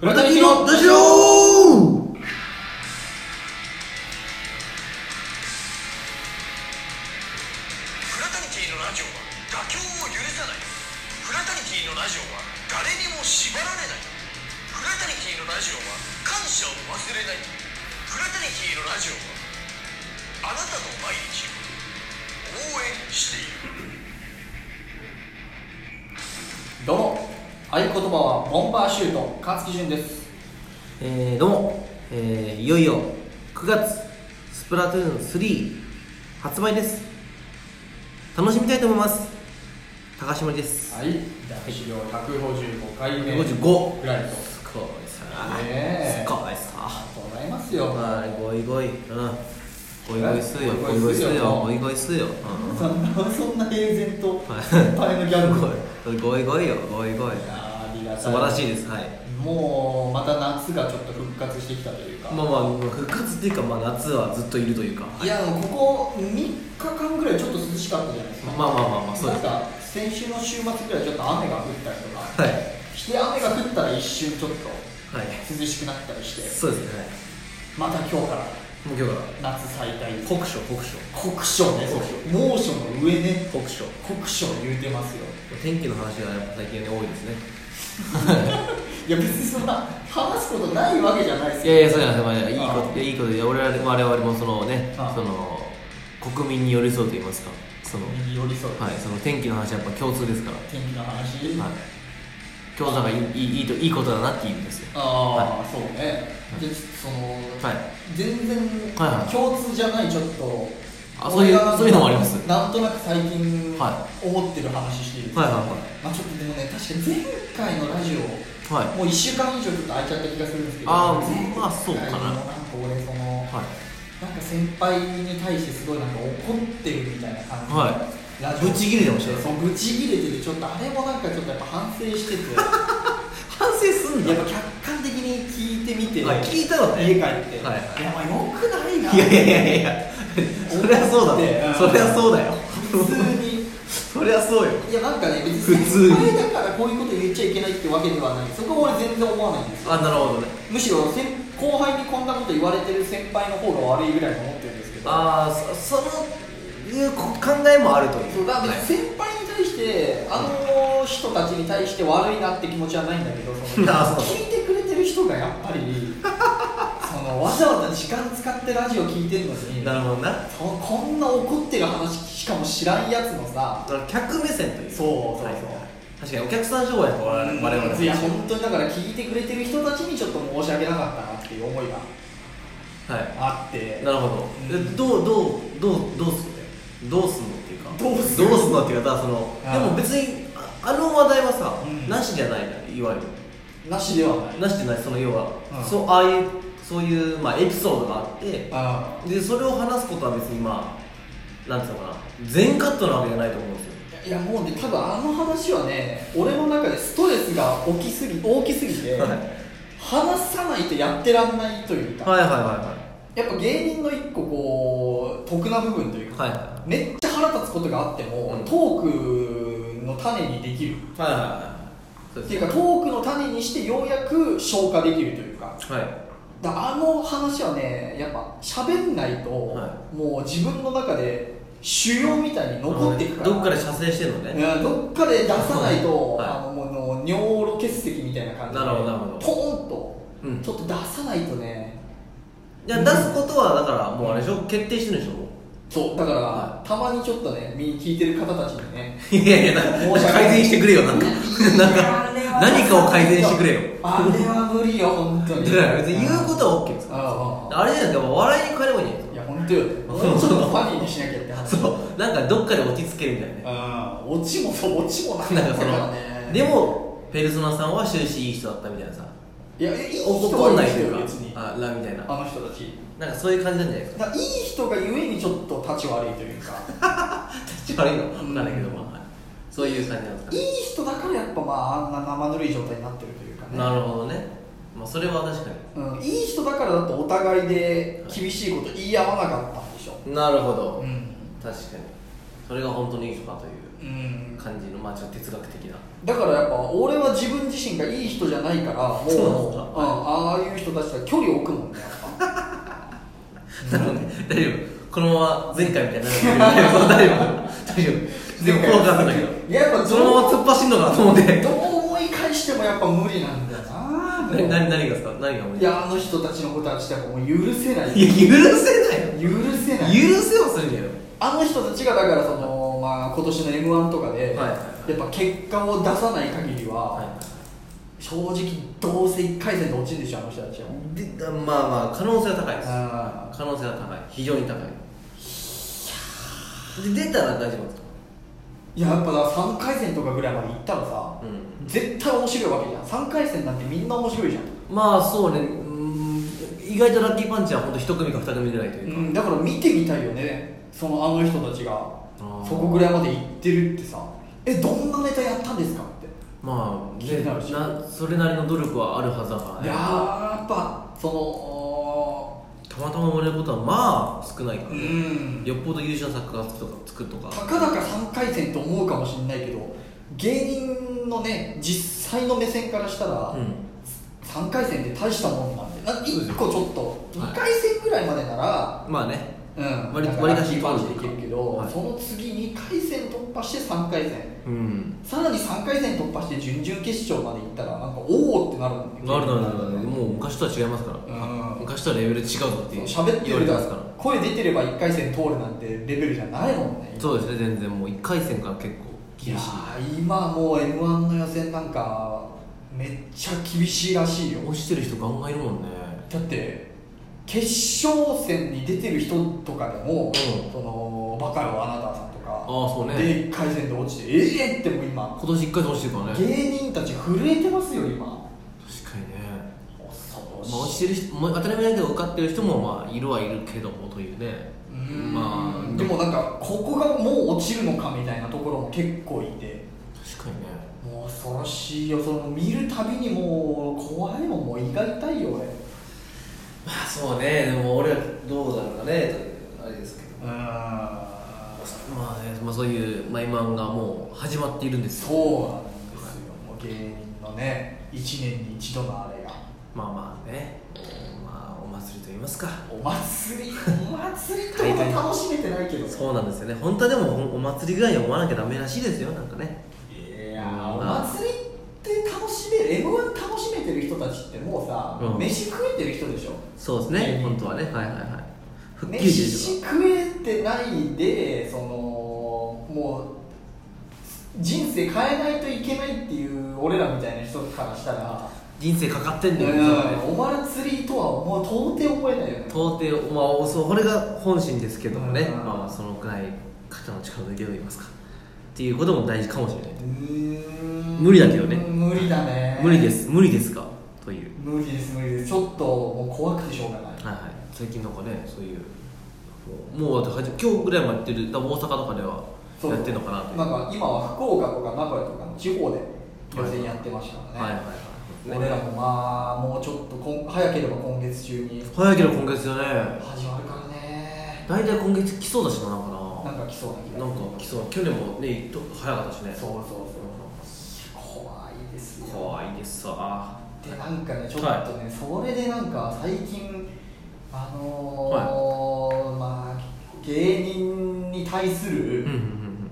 村田君のラジオフラタニティのラジオは妥協を許さないフラタニティのラジオは誰にも縛られないフラタニティのラジオは感謝を忘れないフラタニティのラジオはあなたの毎日を応援しているどうも合言葉はボンバーシュート勝木潤ですえー、どうも、えー、いよいよ9月スプラトゥーン3発売です楽しみたいと思います高島ですはい史上155回目155ぐらいとすごいさねえすごいさございますよはいごいごいうんごいごいすよごごいいごごいいすすよよごいごいすよそんなそんな平然とはい先輩 のギャグをいうんごいごいよごいごいやーありがたい素晴らしいですはいもうまた夏がちょっと復活してきたというか、まあまあ復活っていうかまあ夏はずっといるというかいやここ3日間ぐらいちょっと涼しかったじゃないですか、まあまあまあまあそうなんですはか先週の週末ぐらいちょっと雨が降ったりとかいして雨が降ったら一瞬ちょっとはい涼しくなったりしてそうですねまはいた今日からもう今日から夏最大酷暑酷暑酷暑ね酷暑猛暑の上ね酷暑酷暑言うてますよ天気の話がやっぱ最近ね多いですねいや別にそんな話すことないわけじゃないですいよやいやそうじゃないですいいああこといやいいことで俺ら我々もそのねああその国民に寄り添うと言いますかその右寄り添う、はいその天気の話はやっぱ共通ですから天気の話、はい今日なんかいいいいいいといいことだなって言うんですよああ、そうねでその、はい全然はいはい共通じゃないちょっとあそういう俺がそういうのもありますなんとなく最近は思ってる話していいですかはいはいはいまあ、ちょっとでもね確かに前回のラジオはいもう1週間以上ちょっと空いちゃった気がするんですけどあー前回まあそうかなもなんか俺そのはいなんか先輩に対してすごいなんか怒ってるみたいな感じで、はラジオぶち切れてましたよそうぶち切れててちょっとあれもなんかちょっとやっぱ反省して てやっぱ反省すんだ客観的に聞いてみて、はい聞いたの家帰っねて、はいはいいやまあよくないないやいやいやいやそりゃそううだんろそりゃそうだよ普通にそりゃそうよいやなんかね別に普通に先輩だからこういうこと言っちゃいけないってわけではないそこは俺全然思わないんですよあなるほどねむしろ先後輩にこんなこと言われてる先輩の方が悪いぐらいに思ってるんですけどああそそのいうこ考えもあるといそううだから別に先輩に対してあの人たちに対して悪いなって気持ちはないんだけどその あそう聞いてくれてる人がやっぱりそのわざわざ時間使ってラジオ聞いてるのになるほどなそこんな怒ってる話しかも知らんやつのさ客目線というそうそうそうはい確かにお客さん商売は我々我々いや本当にだから聞いてくれてる人たちにちょっと申し訳なかったなっていう思いがはあっていなるほど、うんえどうどうどうどうすんだよどうすんのっていうかどうすんどのうすんのっていうかだからそのあでーも別にああの話題はさ、うんなしじゃないないわゆるなしではないなしじゃないその要は、うんそうああいうそういう、まあ、エピソードがあってああでそれを話すことは別にまあなんていうのかな全カットなわけじゃないと思うんですよいやもうね多分あの話はね俺の中でストレスが起きすぎ大きすぎて、はい話さないとやってらんないというか、はいはいはやっぱ芸人の一個こう得な部分というか、はいはめっちゃ腹立つことがあっても、うんトークの種にできるいはいはいはいそうってでいすうかトークの種にしてようやく消化できるというかはいだからあの話はねやっぱ喋んないと、はもう自分の中で腫瘍みたいに残っていくから、どっかで射精してるのね、いやどっかで出さないと、はいあのもうの尿路結石みたいな感じでなるほどなるほどポーンと、うんちょっと出さないとねいや出すことはだからもうあれでしょ決定してるでしょもそうだから、はたまにちょっとね見聞いてる方たちにねういやいやなん申しか訳ない改善してくれよなんかなんか何かを改善してくれよあれは無理よ本当だにから別に言うこととは OK ですかああらあれじゃなくてもう笑いに変えればいいんじゃないいや本当よねもうちょっとファニーにしなきゃって話ですか そうなんかどっかで落ち着けるみたいなねあーオチもそうオチもないなんかそだらのねでもペルソナさんは終始いい人だったみたいなさいやいい人怒んはないいいと人いうよか別にああらみたいなの人たちなんかそういう感じなんじゃないですか だからいい人がゆえにちょっと立ち悪いというか立ち悪いのかなんだけどもはいそういう感じなんですかいねい人だからやっぱまああんな生ぬるい状態になってるというかねなるほどねまあそれは確かうん、いい人だからだってお互いで厳しいこと言い合わなかったんでしょ、になるほどうん確かにそれが本当にいい人かといううん感じのまあちょっと哲学的なだからやっぱ俺は自分自身がいい人じゃないからもうそうなんうんですかああいう人たちとは距離を置くもんねやっぱなので大丈夫このまま前回みたいになるの 大丈夫大丈夫でも怖かったんだけどいややっぱそのまま突っ走んのかなと思 ってどう思い返してもやっぱ無理なんだよなもう何何がですか何がもういやあの人たちのことはしてもう許せないいや許許せないよせない許せをするんだよあの人たちがだからその、まあ、今年の m 1とかで、はいはいはいやっぱ結果を出さない限りは、正直どうせ1回戦で落ちるでしょあの人たちはでまあまあ可能性は高いですあ可能性は高い非常に高いで出たら大丈夫ですかいややっぱだ3回戦とかぐらいまで行ったらさ、う絶対面白いわけじゃん3回戦なんてみんな面白いじゃん、まあそうねうん意外とラッキーパンチは本当一組か二組ぐらいといううか、ん、だから見てみたいよねそのあの人たちがあーそこぐらいまで行ってるってさえどんなネタやったんですかってまあ気になるしなそれなりの努力はあるはずだからいねやーやっぱそのたまたま生まれることはまあ少ないから、うねんよっぽど優秀な作家がつくとかつくとかたかだか3回戦と思うかもしれないけど芸人のね実際の目線からしたら、うん三3回戦って大したもんなんでなんかそうで1すよ個ちょっとはい2回戦ぐらいまでなら、まあねうん、割なんか割り出しラッキーパンチできるけど、はいその次2回戦突破して3回戦うんさらに3回戦突破して準々決勝まで行ったらなんかおおってなるもんねなるなるなるなるもう昔とは違いますから、うん昔とはレベル違うぞっていう喋って言わるれかてまらすから声出てれば1回戦通るなんてレベルじゃないもんねそうですね全然もう1回戦から結構いや厳しー今もう m 1の予選なんかめっちゃ厳しいらしいよい落ちてる人ガンガンいるもんねだって決勝戦に出てる人とかでも、んそのバカロアナタさんとかああそうねで1回戦で落ちてええってもう今今年1回戦落ちてるからね芸人たち震えてますよ今確かにね、恐まろあ、落ちてる人、まあ、当たり前だけど受かってる人もまあいるはいるけどもというねうーんまあでもなんかここがもう落ちるのかみたいなところも結構いて確かにねもう恐ろしいよその見るたびにもう怖いもんもう胃が痛いよ俺まあそうねでも俺はどうだろうかねというあれですけどうーんまあね、まあ、そういうマイマンがもう始まっているんですよそうなんですよもう芸人のね1年に一度のあれがまあまあねまあお祭りと言いますかお祭りお祭りってことは楽しめてないけどねそうなんですよね本当はでもほんお祭りぐらいに思わなきゃダメらしいですよなんかねいやーお祭りって楽しめる m 1楽しめてる人たちってもうさ、うん飯食えてる人でしょそうですいやいねや本当はねはいはいはい復旧飯時とか食えてないでそのもう人生変えないといけないっていう俺らみたいな人からしたら、人生かかってんだよねうん、お祭りとはもう到底思えないよね到底まあおそうこれが本心ですけどもねうんまあまあそのくらい肩の力を抜いてと言いますかっていうことも大事かもしれないうーん無理だけどね無理だね無理です無理ですかという無理です無理ですちょっともう怖くてしょうがないはいはい最近なんかねそういうもうもうだってはじ今日ぐらいもやってる多分大阪とかではそうやってるのかなというなんか今は福岡とか名古屋とかの地方で予選やってましたからね、はいはいはい俺らもまあもうちょっとこん早ければ今月中に早いけど今月よね始まるからね大体今月来そうだしななんかなんか来そうな気ながなんか来そう去年もねと早かったしねそうそうそう怖いですよ怖いですわでなんかねちょっとね、はそれでなんか最近あのーまあ芸人に対すうる、んうんうんうん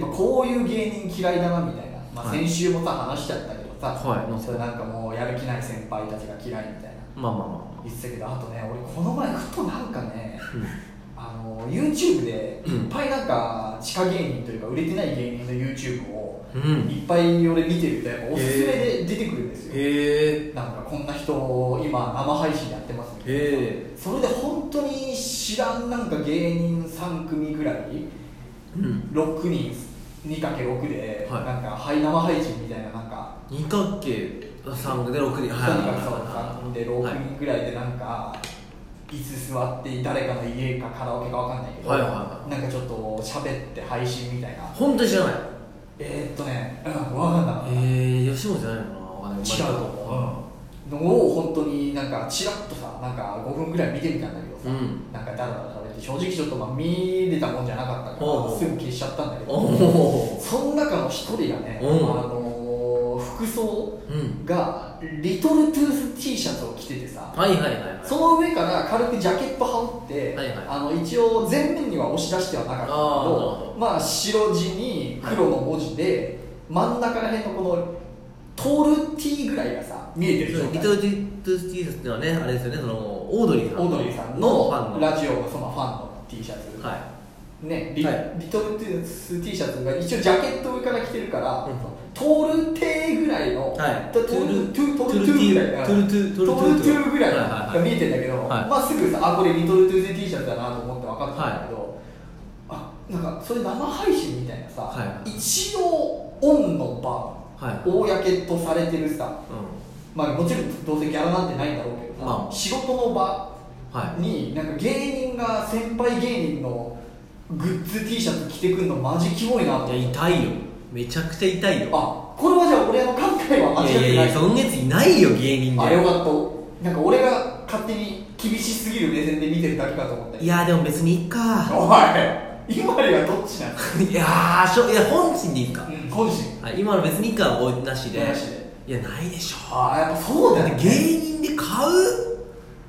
やっぱこういう芸人嫌いだなみたいな、まあ、はい先週もさ話しちゃったけどさ、はいそれなんかもうやる気ない先輩たちが嫌いみたいなまあまあまあ言ってたけどあとね俺この前ふとなんか ねうんあの YouTube でいっぱいなんか地下芸人というか売れてない芸人の YouTube をうんいっぱい俺見てるとやっぱおすすめで出てくるんですよ、へえなんかこんな人今生配信やってますみたいな、へそれで本当に知らんなんか芸人3組ぐらいうん6人 2×6 で、はいなんかはい生配信みたいななんか二角形三角で六人はいはいは3い組で6人ぐらいでなんか椅子座って誰かの家かカラオケかわかんないけど、はいはいはなんかちょっと喋って配信みたいな本当に知らないえー、っとねうんわかんなかったええ吉本じゃないのかなわかんない違うと思うのを本当になんかチラッとさなんか5分ぐらい見てみたんだけどさ、うんなんかダラダラ喋ってって正直ちょっとまあ見れたもんじゃなかったかおうおらうすぐ消しちゃったんだけおどおその中の一人がね、うんあのー服装うんがリトルトゥース T シャツを着ててさはいはいはいはいその上から軽くジャケット羽織って、はいはいあの一応前面には押し出してはなかったけあーなるほどまあ白地に黒の文字で、真ん中らへんのこのトール T ぐらいがさ見えてるそうリ状トル態トゥース T シャツっていうのはねあれですよねそのオードリーさんオードリーさんファンののラジオがそのファンの T シャツ、はねリはいリトルトゥース T シャツが一応ジャケット上から着てるから、うんトールテーぐらいの、はいトールトゥートールトゥーぐらいだからトゥルトゥートールトゥーぐらいはいはいはいが見えてんだけど、はいまあ、すぐさあこれリトルトゥーズ T シャツだなと思って分かったんだけど、あなんかそれ生配信みたいなさ、はい一応オンの場、はい公とされてるさ、うまあ、もちろんどうせギャラなんてないんだろうけどさ、まあ仕事の場んはいになんか芸人が先輩芸人のグッズ T シャツ着てくんのマジキモいなと思っいやて痛いよめちゃくちゃ痛いよあこれはじゃあ俺の考えはい間違ってないやいやいやそんなやついないよ芸人であよかったなんか俺が勝手に厳しすぎる目線で見てるだけかと思っていやでも別にいっかおい今よりはどっちなの いやーしょいや本心でいいか、うん本心はい、今の別にいっかはおなしでなしでいやないでしょああやっぱそうだだよっねて芸人で買う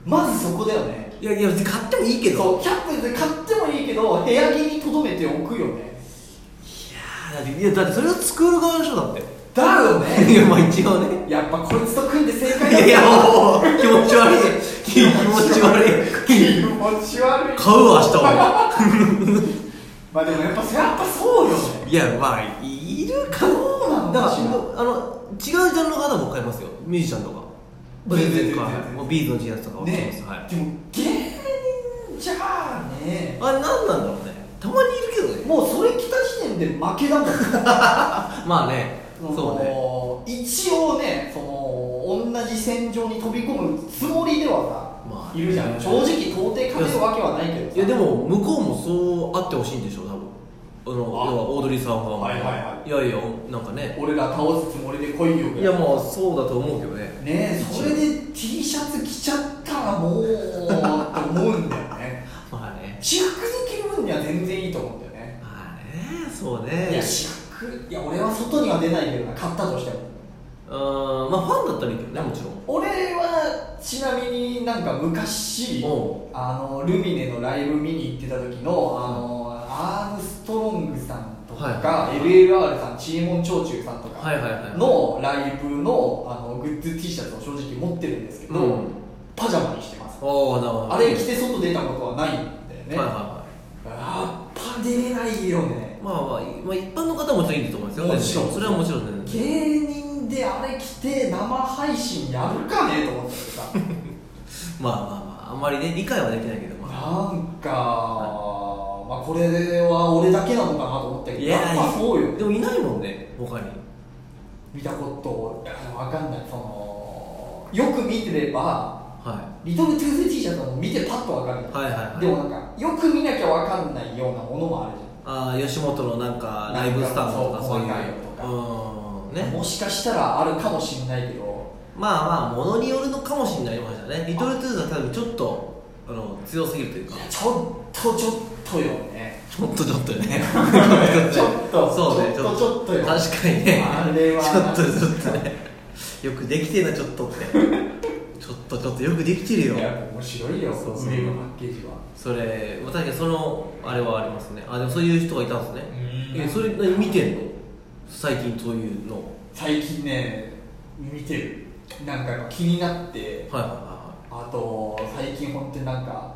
まずそこだよねいやいや別に買ってもいいけどそうキャップで買ってもいいけど部屋着に留めておくよねいやだっていやだってそれを作る側でしょだって だよいやねまあ一応ねやっぱこいつと組んで正解いだやいやもう気持ち悪い気持ち悪気い持ち悪い買うわ明日まあでもやっぱやっぱそうよね俺いやまあいるかそうなのだからかしらもうあの違うジャンルの方も買いますよミュージシャンとか全然全然買いますもうビーズの T シャツとかは買いまねす、はいでも芸人じゃあねあれ何なんだろうねたまにいるけどねもうそれ来た時点で負けだも んまあねそうねうね一応ねその同じ戦場に飛び込むつもりではさ、まあいるじゃん正直到底勝てるわけはないけどさいやでも向こうもそうあってほしいんでしょ多分あの要あはオードリーさんがはいはいはいやいやなんかね俺ら倒すつもりで来いよいやまあそうだと思うけどねねそれで T シャツ着ちゃったらもうって思うんだよ ねまあね私服で着る分には全然いいと思うんだよね、まあねそうねいや私服いや俺は外には出ないけどな買ったとしてもうーんまあファンだったらいいけどねもちろん俺はちなみになんか昔おあのルミネのライブ見に行ってた時のあのアームストロングさんとか、はい LLR さんチーモン長中さんとはいかはいはいのライブのあのグッズ T シャツを正直持ってるんですけど、うんパジャマにしてますおおなるほどあれ着て外出たことはないんだよね、はいはいはいやっぱ出れないよねまあまあ、いまあ、一般の方もちろんいいと思いますよもちろんそれはもちろん ね芸人であれ着て生配信やるかねと思ってさまあまあまああんまりね理解はできないけどまなんか、まあ、これは俺だけなのかなと思ったあけど、やっぱそうよ、でもいないもんね他に見たこと、いやわかんない、その、よく見てれば、はリトルトゥース T シャツも見てパッとわかるじゃんいはいはいはいでもなんか、よく見なきゃわかんないようなものもあるじああ吉本のなんかライブスタンドとかなんかそういう細かいのとかうんゃん、ねもしかしたらあるかもしれないけど、まあまあものによるのかもしれないましたねリトルトゥーズは多分ちょっとあの強すぎるというかちょっとちょっとよね、ちょっとちょっとよねちょっと、 そうねちょっとちょっとよ、確かにねあれはちょっとちょっとねよくできてるなちょっとってちょっとちょっとよくできてるよいや、面白いよ、そうそうウェーブパッケージは。それまあ確かにそのあれはありますねあでもそういう人がいたんですねうんえそれ何見てんの最近そういうの最近ね見てるなんかやっぱ気になってはいはいはあと最近本当になんか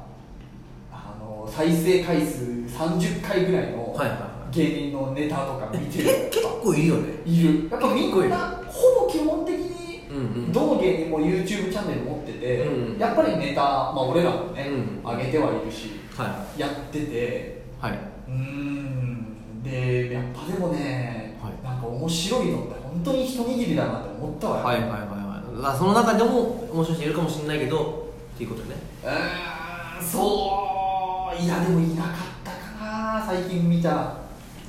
あの再生回数30回ぐらいのはいはいは芸人のネタとか見ているはいえ結構いるよねいるやっぱみ結構いんるなほぼ基本的にうんうんどの芸人も YouTube チャンネル持ってて、うんうんやっぱりネタ、まあ、俺らもね、う上んげてはいるしはやってていはいはいうーんでやっぱでもね、はいなんか面白いのって本当に一握りだなって思ったわよ、はいはいはいはいその中でももしかしているかもしれないけどっていうことねうーんそういやでもいなかったかな最近見た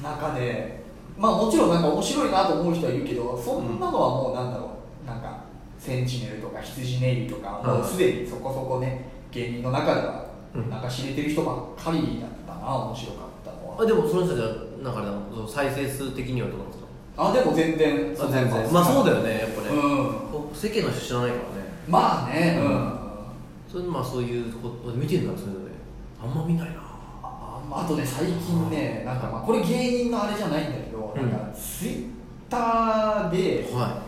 中でまあもちろんなんか面白いなと思う人はいるけどそんなのはもうなんだろうなんかセンチネルとか羊ネイルとかうんもうすでにそこそこね芸人の中ではうんなんか知れてる人ばっかりだったな面白かったのあはでもその人たちはなんかあれだその再生数的にはどうなんですかあでも全然あ全然まあそうだよよねやっぱね、うんお世間の人知らないからねまあねうん、それまあそういうとこ見てるんだそういうのねあんま見ないなああとね最近ねなんかまあこれ芸人のあれじゃないんだけど、うんなんかツイッターでは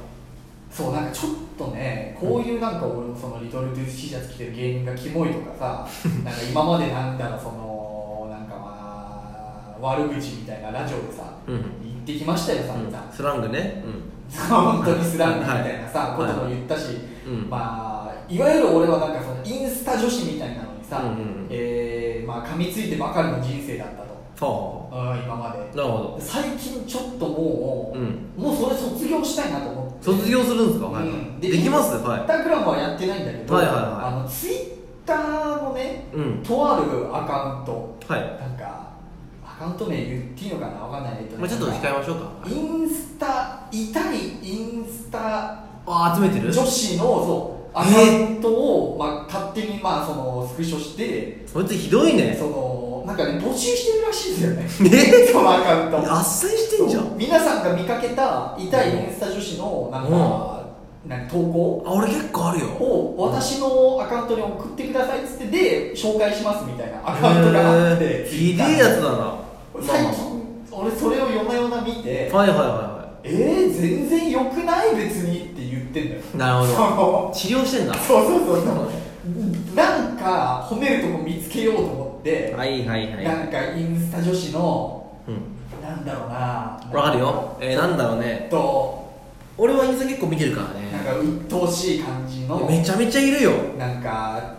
そうなんかちょっとねこういうなんか俺もそのリトルドゥース T シャツ着てる芸人がキモいとか さなんか今までなんだろうそのなんかまあ悪口みたいなラジオでさ、うん言ってきましたよい、さんざんうん、スラングねうん本当にスラングみたいなさ、はいことも言ったし、うんまあ、いわゆる俺はなんかそのインスタ女子みたいなのにさ、うんうんえーまあ、噛みついてばかりの人生だったと、はうん今まあでなるほど最近ちょっともう、うんもうそれ卒業したいなと思って卒業するんですか、はいうんできますインスはタグラムはやってないんだけど、はいはいはいあのツイッターのね、いうんとあるアカウントはい、なんかアカウント名言っていいのかなわかんないけど、まあ、ちょっと控えましょうかインスタ痛いインスタあ集めてる女子のそうアカウントを、まあ、勝手に、まあ、そのスクショしてそいつひどいねそのなんかね募集してるらしいですよねえそのアカウントあっさりしてんじゃんそう皆さんが見かけた痛いインスタ女子のなんか、なんか投稿あ俺結構あるよを私のアカウントに送ってくださいっつってで紹介しますみたいなアカウントがあっへてーひでえやつだな最近俺それを夜な夜な見てはいはいはえー、全然よくない別にって言ってんだよいなるそほのど治療してんだそうそうそうなるほそうなんか褒めるとこ見つけようと思って、はいはいはいなんかインスタ女子のうんなんだろうなわかるよえー、なんだろうねと俺はインスタ結構見てるからなんねか鬱陶しい感じのめちゃめちゃいるよなんか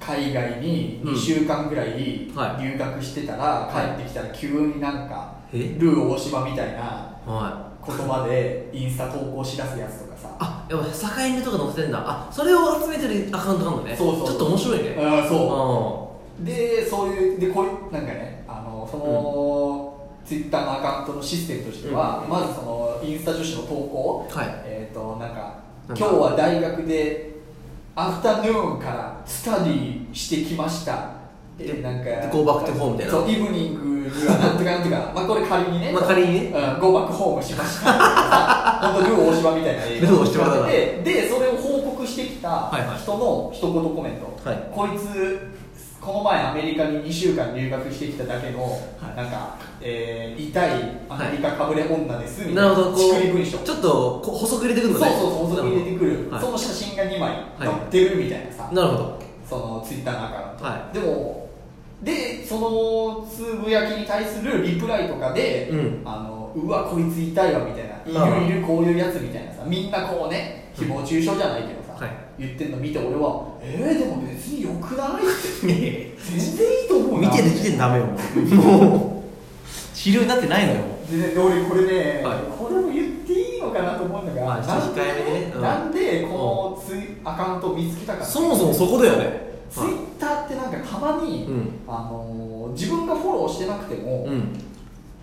海外にうん2週間ぐらいはい留学してたら、はい帰ってきたら急になんかルえー大島みたいなはい言葉でインスタ投稿しだすやつとかさあやっぱ境目とか載せてんだあそれを集めてるアカウントあるのねそうそうちょっと面白いねあーそうそでそういうでこれなんかねあのその、ツイッターのアカウントのシステムとしては、まずそのインスタ女子の投稿、はいえっ、となんかな今んか日は大学でアフタヌーンからスタディしてきましたえーなんかで Go back to home みたいなそうイブニングにはなんとかなんとか まあこれ仮にね、まあ仮にねうん、ゴーバックホームしま した本当ルー大島みたいな映画ルー大島だなででそれを報告してきたはいはい人の一言コメント、はいこいつこの前アメリカに2週間留学してきただけの、なんか、えー痛いアメリカかぶれ女ですみたいななるほどこちくり文う章ちょっとこう補足入れてくるそうそのうねそう細く入れてくる、はいその写真が2枚載ってるみたいなさ、なるほ どそのツイッターのアカウント、はでもでそのつぶやきに対するリプライとかで、うんあのうわこいつ痛いわみたいな、まあいるいるこういうやつみたいなさみんなこうね誹謗中傷じゃないけどさ、はい言ってんの見て俺はえー、でも別によくないって全然いいと思うな見てる時点でダメよ もう治療になってないのよでで俺これね、はいこれも言っていいのかなと思うんだが、まあなんで控えめでねうんなんでこのツイアカウントを見つけたかってそもそもそこだよねツイッターってなんかたまに、うんあのー自分がフォローしてなくても、うん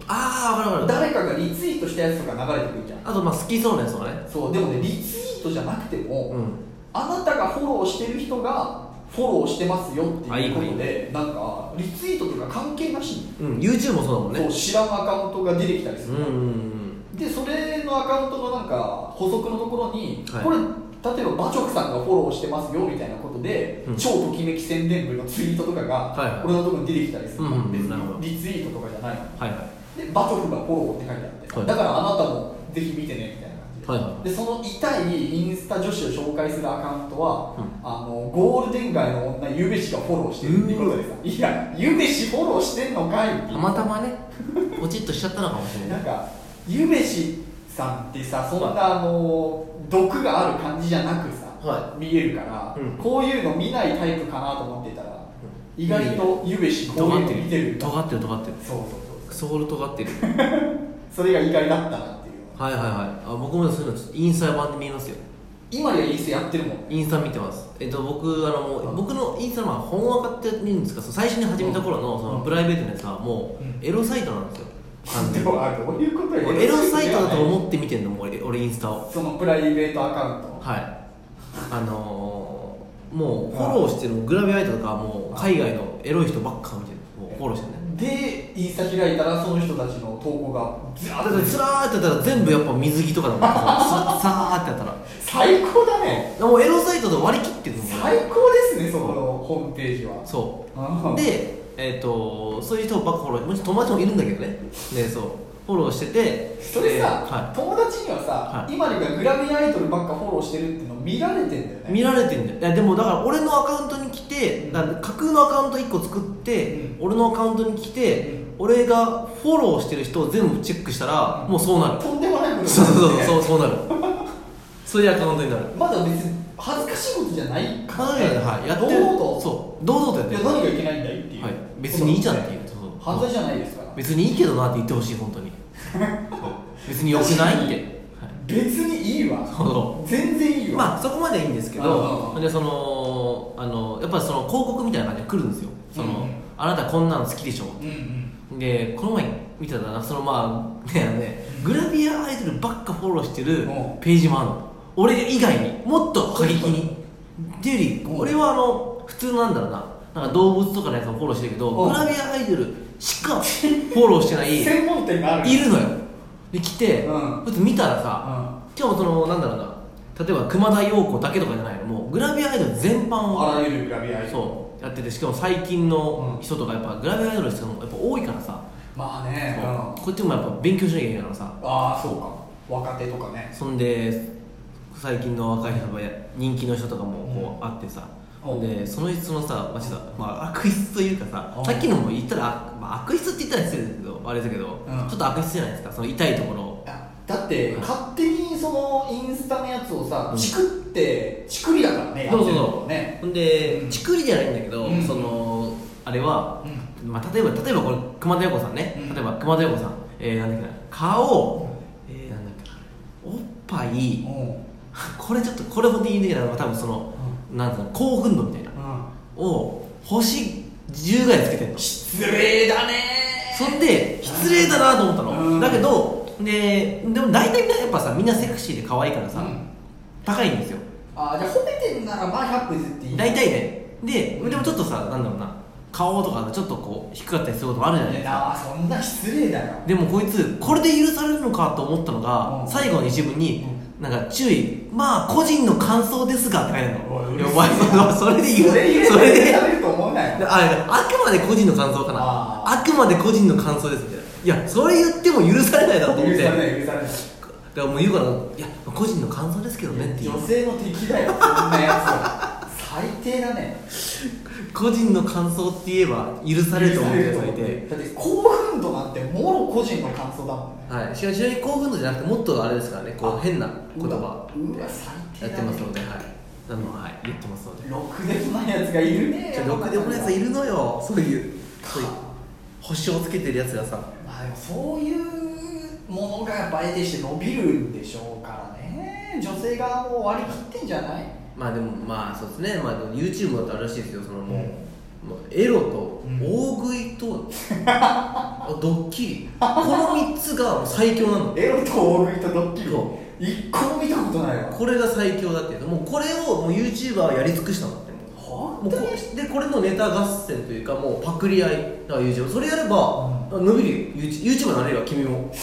ああ分かる分かる誰かがリツイートしたやつとか流れてくるじゃんあとまあ好きそうなやつとかねそうでもねリツイートじゃなくても、うんあなたがフォローしてる人がフォローしてますよってあいいいうここととでなんかリツイートとか関係なしに、うん YouTube もそうだもんそうね知らんアカウントが出てきたりすうる、んうんうんでそれのアカウントのなんか補足のところに、はいこれ例えば馬直さんがフォローしてますよみたいなことで、うん超ときめき宣伝部のツイートとかはいはいが俺のところに出てきたりするの、うんうん別なるほどにリツイートとかじゃないのはいはいで馬直がフォローって書いてあって、はいだからあなたもぜひ見てねみたいな感じで,、はいはでそのい痛いインスタ女子を紹介するアカウントは、うんあのゴールデン街の女ゆべしがフォローしてるってことでさいやゆべしフォローしてんのかいってたまたまねポチッとしちゃったのかもしれなないんかゆべしさんってさそんなあの毒がある感じじゃなくさ、は見えるから、うんこういうの見ないタイプかなと思ってたら、意外とゆべしこういうの見てるんだそう尖ってる尖ってるそうそうクソほど尖ってるそれが意外だったなっていうはいはいはいあ僕もそういうのちょっとインスタ版で見えますよ今ではインスタやってるもんインスタ見てますえっと僕あのもう僕のインスタのまあ本アカって見るんですかその最初に始めた頃のうんそのプライベートのやつはもうんうエロサイトなんですよ完で全にもあどういうことよエロサイトだとう思って見てんのもう俺俺インスタをそのプライベートアカウントはいあのーもうフォローしてるグラビアアイドルとかもう海外のエロい人ばっか見てるもうフォローしてるねでインスタ開いたらその人たちの投稿がずらあーだっとからずらーってやったら全部やっぱ水着とか だもんささーってやったら最高だねもうエロサイトで割り切ってるもん最高ですねそこのホームページはそあうでえっ、とそういう人ばっかフォローもちろん友達もいるんだけどねねそうフォローしててそれさ、では友達にはさ、はい今でがグラビアアイドルばっかフォローしてるっての見られてんだよねい、見られてんだよいやでもだから俺のアカウントに来て、うんだから架空のアカウント1個作って、う俺のアカウントに来て、うん俺がフォローしてる人を全部チェックしたら、うんもうそうなる、とんでもないことそうそうそううそうそうなるそういうアカウントになるまだ別に恥ずかしいことじゃないからねはい、やってる堂々とそう堂々とやっいてやる何がいけないんだいっていう、はい、別にいいじゃんっていうそうそう犯罪じゃないですから別にいいけどなって言ってほしい本当に別に良くな いって、はい別にいいわそうそ全然いいわ、まあそこまではいいんですけあどあでそのあのやっぱりその広告みたいな感じが来るんですよその、うんあなたこんなの好きでしょうんうんでこの前見たらなんかそのまあねあのねグラビアアイドルばっかフォローしてるうんページもあるの俺以外にもっと過激にっていうよりうん俺はあの普通のなんだろうななんか動物とかのやつもフォローしてるけどうんグラビアアイドルしかフォローして ない専門店があるいるのよで来て、うんだって見たらうさ、んしかもそのなんだろうな例えば熊田曜子だけとかじゃないのもうグラビアアイドル全般をあらゆるグラビアアイドルそうやっててしかも最近の人とかやっぱグラビアアイドルの人もやっぱ多いからさ、まあね、うん、こうやってもやっぱ勉強しなきゃいけないからさああそうか若手とかねそんで最近の若い人とかや人気の人とかもこうあってさ、うんでその人のさ、まあちょっとまあ、悪質というかさ、うんさっきのも言ったら、まあ、悪質って言ったら失礼ですけどあれだけど、うんちょっと悪質じゃないですかその痛いところをあだってうん勝手にそのインスタのやつをさうんチクってチクリだからねやそっうてそるうのそもう、ねほんで、うんちくりじゃないんだけど、うんそのあれは、まあ、例えば例えばこれ熊田曜子さんね、うん例えば熊田曜子さん、えー、なんだっけな顔、えー、なんだっけなおっぱいうんこれちょっとこれほど言いにくいな多分その、なんか興奮度みたいなを星10ぐらいつけてんの失礼だねそんで失礼だなと思ったの、うんだけどででも大体みんなやっぱさみんなセクシーで可愛いからさ、うん高いんですよあじゃあ褒めてんならまあ100歩譲っていい大体ねででもちょっとさなんだろうな顔とかちょっとこう低かったりすることもあるじゃないですかあそんな失礼だよでもこいつこれで許されるのかと思ったのが、うん最後の一文に、なんか注意まあ個人の感想ですがって書いてあるおいのういるやせえお前それで許それ言えそばれ許でされると思うなよああくまで個人の感想かなああくまで個人の感想ですみたいないやそれ言っても許されないだろうと思っ許てさだれなかい許されないらもう言うからいや個人の感想ですけどねっていう女性の敵だよそんなやつは最低だね個人の感想って言えば許されると思ってやつがいてだって興奮度なんてもろ個人の感想だもんねはい、しかも非常に興奮度じゃなくてもっとあれですからねこあう変な言う葉わうわ最低やだねってますので、はい、あのはい言ってますのでろくでもないやつがいるねちょろくでもないやついるのよそういうそういう星をつけてるやつがさまあでもそういうものがやっぱ得てして伸びるんでしょうからね女性がもう割り切ってんじゃないまあでもまあそうですね、まあ、でも YouTube だとあるらしいですよそのもう、うんもうエロとうん大食いと、 あドッキリこの3つが最強なのエロと大食いとドッキリそ一個も見たことないわこれが最強だっていうのもうこれをもう YouTuber はやり尽くしたんだってもう本もう当こにでこれのネタ合戦というかもうパクリ合いだから YouTube それやれば、伸びるよ YouTube になれるよ君も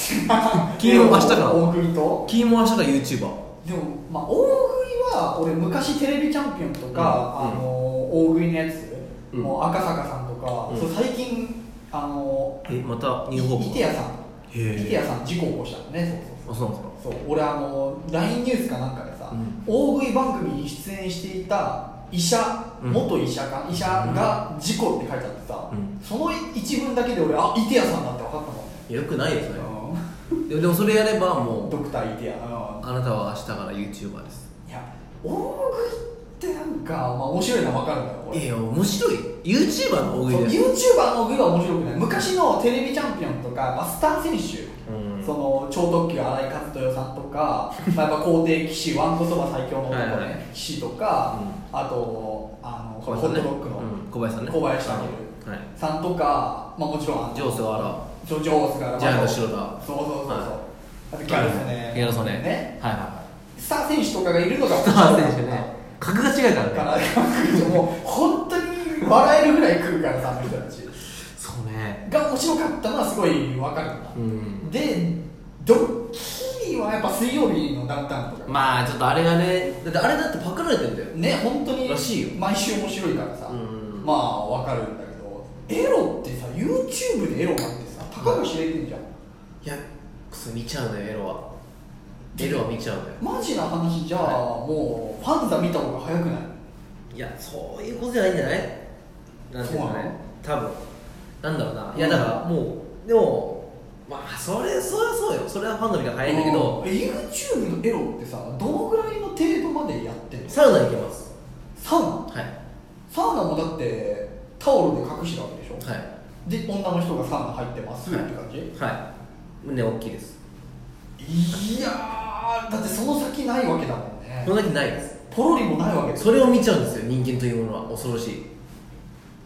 君も明日から大食いと君も明日からで YouTuber も、まあ、大食いは俺昔テレビチャンピオンとか、うんあのー大食いのやつ、うんもう赤坂さんとか、うんそう最近あのえまたー日本い語池谷さんへー池谷さん事故起こしたのねそあうそそううなんですかそうそう俺あのー LINE ニュースかなんかでさ、うん大食い番組に出演していた医者、うん元医者か医者が事故って書いてあってさ、うんその一文だけで俺あ池谷さんだって分かったもんいやよくないよそれはうんでもでもそれやればもドうクター池谷うんあなたは明日から YouTuber ですいや大食いってなんか、まあ、面白いのは分かるんだよいやい俺や面白い YouTuber の大そう食いです YouTuber の大食いは面白くない昔のテレビチャンピオンとか、まあ、スター選手うんその超特急荒井和豊さんと かまあやっぱ皇帝騎士わんこそば最強の男はいはいね騎士とか、あとあのホッ小林トさんドねッグのうん小林さんね小林さんはいさんとか、まあ、もちろんあのジョースワジョジョースからジャイアント白田そうそうそうそう、はいあとギラャルソネギャルソネはいはいはいスター選手とかがいるのがスター選手ね格が違うからかね なもう本当に笑えるぐらい来るからさあの人たちそうねが面白かったのはすごいわかるんだ、うんでドッキリはやっぱ水曜日のダウンタウンとか、まあちょっとあれがねだってあれだってパクられてんだよね本当にらしいよ毎週面白いからさ、うんまあわかるんだけどエロってさ YouTube でエロなんてさたかが知れてんじゃん、いやクソ見ちゃうねエロはエロは見ちゃうねマジな話じゃあ、もうファンザ見た方が早くないいやそういうことじゃないんじゃないなんていうかそうなねの多分なんだろうな、うんいやだからもうでもまあそれそれはそうよそれはファンの見が早いんだけど、うんえ YouTube のエロってさどのぐらいの程度までやってるのサウナ行けますサウナはいサウナもだってタオルで隠してるわけでしょ、はいで女の人がサウナ入ってますってはい感じ、はい胸大きいですい、やーだってその先ないわけだもんねこのだけないですポロリもないわけですそれを見ちゃうんですよ人間というものは恐ろしい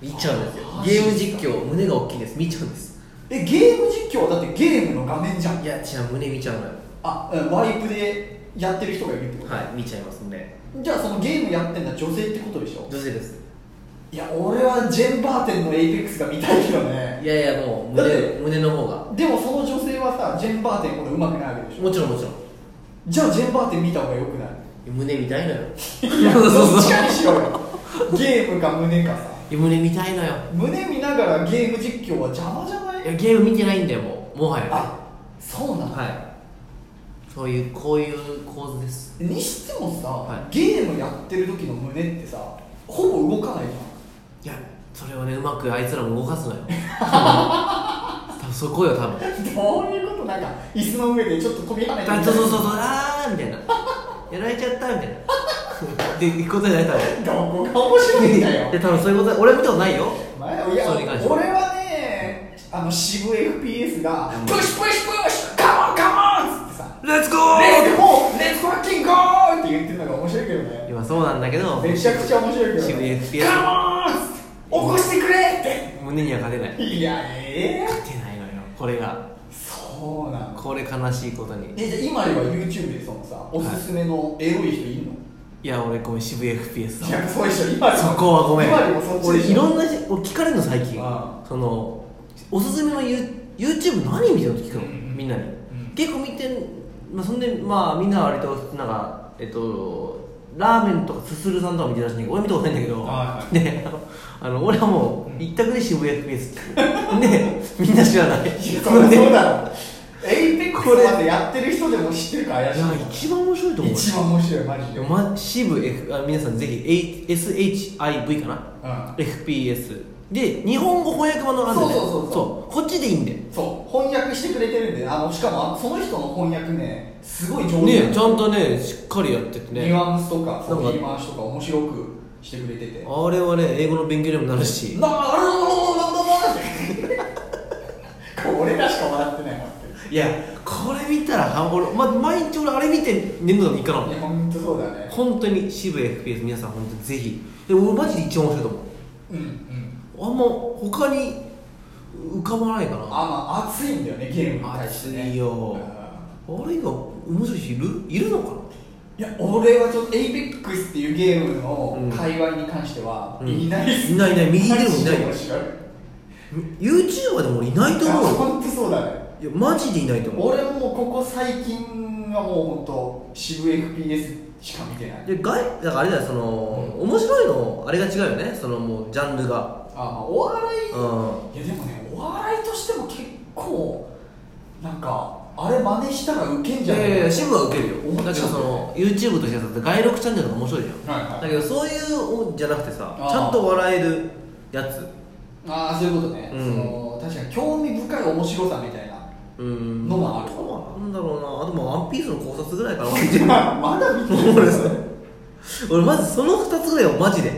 見ちゃうんですよあマジゲですーかム実況胸が大きいです見ちゃうんですえゲーム実況はだってゲームの画面じゃんいや違う胸見ちゃうのよあうんワイプでやってる人がいるってこと、はい見ちゃいますねじゃあそのゲームやってんのは女性ってことでしょ女性ですいや俺はジェンバーテンのエイペックスが見たいけどねいやいやもうだっ胸て胸の方がでもその女性はさジェンバーテンほどうまくないわけでしょもちろんもちろんじゃあジェンバーテン見た方がよくない胸見たいのよいやどっちかにしろよゲームか胸かさ胸見たいのよ胸見ながらゲーム実況は邪魔じゃないいやゲーム見てないんだよもうもはやねあそうなの、はいそういうこういう構図ですにしてもさ、はゲームやってる時の胸ってさほぼ動かないじいやそれをねうまくあいつらも動かす のよ多分そこよ多ゃ分ん どういうことなんか椅子の上でちょっと飛び跳ねてみたいあなそうそうそうそうあーみたいなやられちゃったみたいな っていうことじゃない多分どこが面白いんだよ で多分そういうこと俺は見たことないよ前いやそうに関しては俺はねあの渋い FPS がう「んプッシュプッシュプッシュカモンカモン!」っつってさレッツゴ「レッーツゴーレッツファッキンゴー!」って言ってるのが面白いけどね今そうなんだけどめちゃくちゃ面白いけど渋いね FPS カモン!」っつって「起こしてくれ!」っ胸には勝てないていやええ勝てないのよこれがそうなのこれ悲しいことにえじゃあ今は YouTube でそのさおすすめのエロい人いんの、いや俺ごめん渋い FPS だい、やそうでしょ今でそもこはごめん今でもそっちで俺しょいろんなし俺聞かれるの最近あそのおすすめのユー YouTube 何見てるのって聞くの、うんみんなに、ん結構見てん、まあ、そんでまあみんなは割となんかえっとラーメンとかすするさんとか見てるらしいんだけど俺見たことないんだけど、はであのあの俺はもううん一択で渋谷 FPS でみんな知らないいやそりゃでそうだろエイペックスまでやってる人でも知ってるから怪いしいなや一番面白いと思うよ一番面白いマジで、ま、渋 F あ皆さんぜひ H- SHIV かな、う FPS で日本語翻訳版のあるんだよそうそうそうそうこっちでいいんでねそう翻訳してくれてるんであのしかもその人の翻訳ねすごい上手なのちゃんとねしっかりやっててニュねアンスとかなんか言い回しとか面白くしてくれててなあれはね英語の勉強にもなるしなある ほどなるほどなるほど俺らしか笑ってないなっていやこれ見たらは俺、ま、毎日俺あれ見て寝るのにいかないいや本当そうだね本当に渋 FPS 皆さん本当にぜひで俺マジで一番面白いとうんうん思うあんま他に浮かばないかなあまあ熱いんだよねゲームに対して、ね、熱いようんあれ以外面白い人いるいるのかないや俺はちょっと APEX っていうゲームの界隈に関しては、うんいないっすいないいない右でもいないマジで面白い YouTuber でも俺いないといや思うよ本当そうだねいやマジでいないと思う俺ももうここ最近はもう本当渋 FPS しか見てないで外だからあれだよその、面白いのあれが違うよねそのもうジャンルがあ、まあ、お笑い、いうやでもねお笑いとしても結構なんかあれ真似したらウケんんじゃないいやいや渋は受ける思よっちゃうだけどその YouTube としてだって外録チャンネルが面白いじゃん、はいはいだけどそういうのじゃなくてさあーちゃんと笑えるやつああそういうことね、うんその確かに興味深い面白さみたいなうんのもあるとはなんだろうなあともうワンピースの考察ぐらいかなまだ見てない俺さ俺まずその2つぐらいはマジで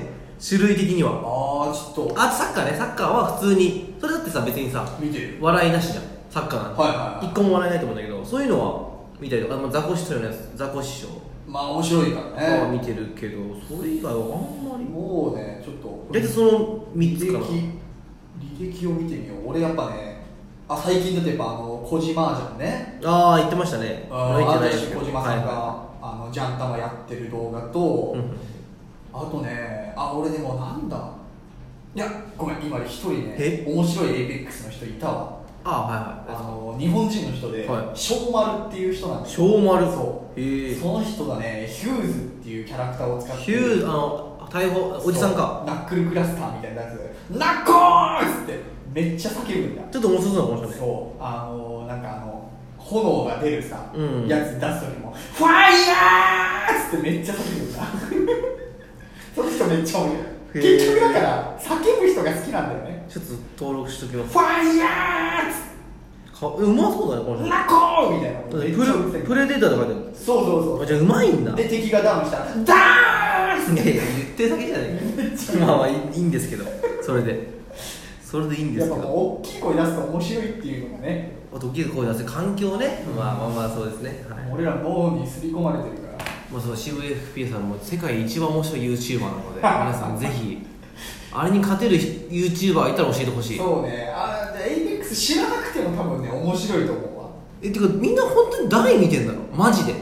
種類的にはああちょっとあとサッカーねサッカーは普通にそれだってさ別にさ見てる笑いなしじゃんサッカーなんて、はいはいはい一個も笑えないと思うんだけどそういうのは見たりとかあのザコシショウのやつザコシショウまあ面白いからはね見てるけど、それ以外はあんまりもうねちょっと大体その3つ履かな歴履歴を見てみよう俺やっぱねあ最近だとやっぱあの小島麻雀ねああ言ってましたねあいーて私小島さんが、はあのジャンタマやってる動画と、うんあとねあ俺でもなんだいやごめん今一人ねえ面白い APEX の人いたわああはいはの日本人の人ではい小丸っていう人なんいです小丸そうへえその人がねヒューズっていうキャラクターを使ってヒューズあの逮捕おじさんかそうナックルクラスターみたいなやつナッコーズってめっちゃ叫ぶんだちょっと面白そうなもんねそうあのーなんかあの炎が出るさ、うんやつ出す時も「ファイヤー!」ってめっちゃ叫ぶんだ その人めっちゃ面へ白ーい結局だから叫ぶ人が好きなんだよねちょっと登録しとき「ますファイヤかうまそうだねこー!」の人ラコーみたいなだっめてっプちゃうるレせえプレデーターとかでそうそうあじゃあうまいんそだうでい敵がダウンしたら「ダーン!」やいや言ってるだけじゃない まあまあいいいいんですけどそれでそれでいいんでやっすぱけもどう大きい声出すと面白いっていうのがねあと大きく声出せ環境ねまあまあまあそうですねはい俺ら脳に刷り込まれてるからもうその CVFP さんも世界一番面白い YouTuber な ので皆さんぜひあれに勝てる YouTuber いたら教えてほしいそうねあで APEX 知らなくても多分ね面白いと思うわえてかみんな本当に誰見てんだろうマジで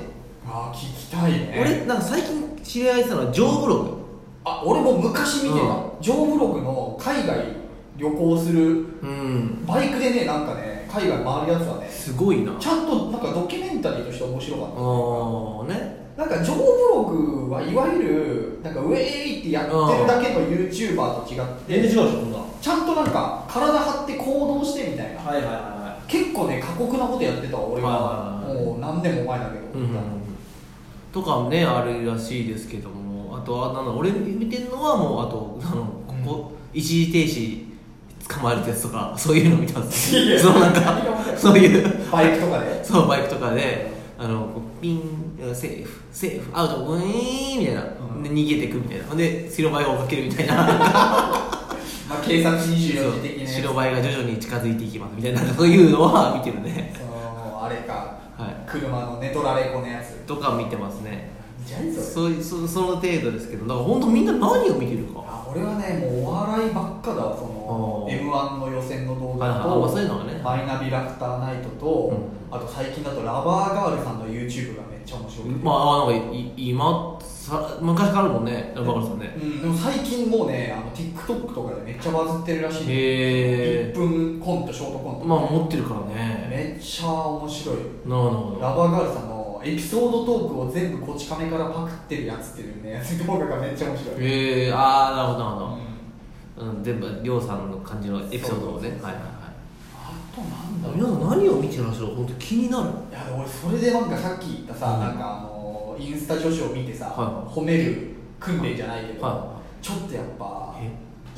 あー聞きたいね俺なんか最近知り合いしたのはジョーブログあ俺も昔見てた、うジョーブログの海外旅行するうんバイクでねなんかね海外回るやつはねすごいなあちゃんとなんかドキュメンタリーとして面白かったーねなんかジョーブログはいわゆるなんかウェーイってやってるだけの YouTuber と違って、違うでしょそんなはちゃんとなんか体張って行動してみたいな、いはいは結構ね過酷なことやってたわ俺ははいはいはいもう何年も前だけど、うんとかねあるらしいですけどもあとはなんだ俺見てるのはもうあとあのここ、一時停止捕まえるってやつとか そういうの見たんですいやよそのなん何が面白かいそういうバイクとかでそうバイクとかであのこうピンセーフセーフアウトウィーンみたいな、うんで逃げていくみたいなほんで白バイを追っかけるみたい なまあ、警察24時 的なやつ白バイが徐々に近づいていきますみたいなそういうのは見てるねそのあれか、は車の寝取られ子のやつとか見てますねじゃあいいぞそういうそその程度ですけどだから本当みんな何を見てるかあ俺はねもうお笑いばっかだわそのあー m 1の予選の動はい画はいあまあそういうとのはねマイナビラフターナイトと、あと最近だとラバーガールさんの YouTube がめっちゃ面白くて、まあなんかい今さ昔からあるもんねラバーガールさんねうん、でも最近もうねあの TikTok とかでめっちゃバズってるらしいへ1分コントショートコント、まあ持ってるからねめっちゃ面白いなるほラどバーガールさんのエピソードトークを全部こち亀からパクってるやつっていうね動画がめっちゃ面白い、へえああなるほどなるほど、うんうん、全部りょうさんの感じのエピソードをねそうそうそうそうはいはいはいあとなんだろう皆さん何を見てらっしゃるか本当気になるいや俺それでなんかさっき言ったさ、うんなんかあのインスタ女子を見てさ、は褒める訓練じゃないけど、はちょっとやっぱえ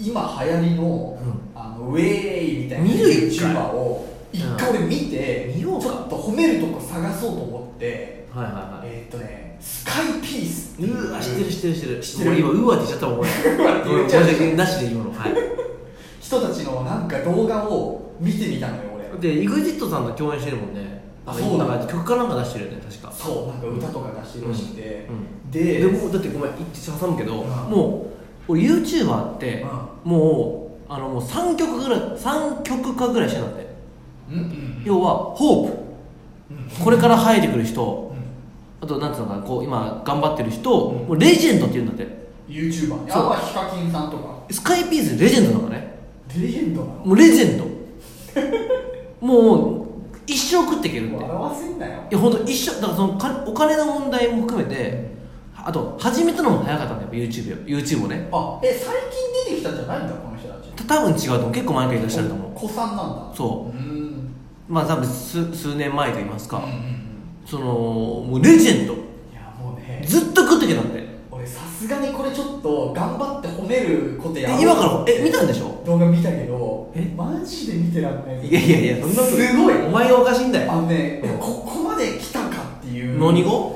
今流行りの,、うあのウェーイみたいな見る一回 YouTuber を一回俺見て、見ようちかょっと褒めるとこ探そうと思ってはいはいはいえーっとねスカイピースってういうーわ知ってる知ってる知ってる知ってる俺今うーわって言っちゃったもん俺わって言っちゃう俺申し訳なしで今のはい人たちのなんか動画を見てみたのよ俺で EXIT さんと共演してるもんねあそうななんだんか曲かなんか出してるよね確かそうなんか歌とか出してるらしくて、うんででもだってごめん一応挟むけど、うんもう俺 YouTuber って、うもうあのもう3曲ぐらい3曲かぐらいしてたんだってうんうん要はホープうんこれから生えてくる人、うんあとなんつうのかなこう今頑張ってる人、をうんもうレジェンドって言うんだってユーチューバーねそうあまあヒカキンさんとかスカイピースレジェンドなのねレジェンドなのもうレジェンド もう一生食っていけるんでい笑わせんなよや本当一生だからそのかお金の問題も含めてあと始めたのも早かったんだよ YouTube よ YouTube をねあえ最近出てきたんじゃないんだこの人たちた多分違うと思う結構前からいらっしゃると思子さんなんだそううんうまあ多分数数年前と言いますか、うんうんうんそのもうレジェンドいやもうねずっと食っていけたんで俺さすがにこれちょっと頑張って褒めることやろうえ今からえ見たんでしょ動画見たけどえマジで見てらんないいやいやいやそんなことすごいお前がおかしいんだあよのねいやここまで来たかっていう何があのも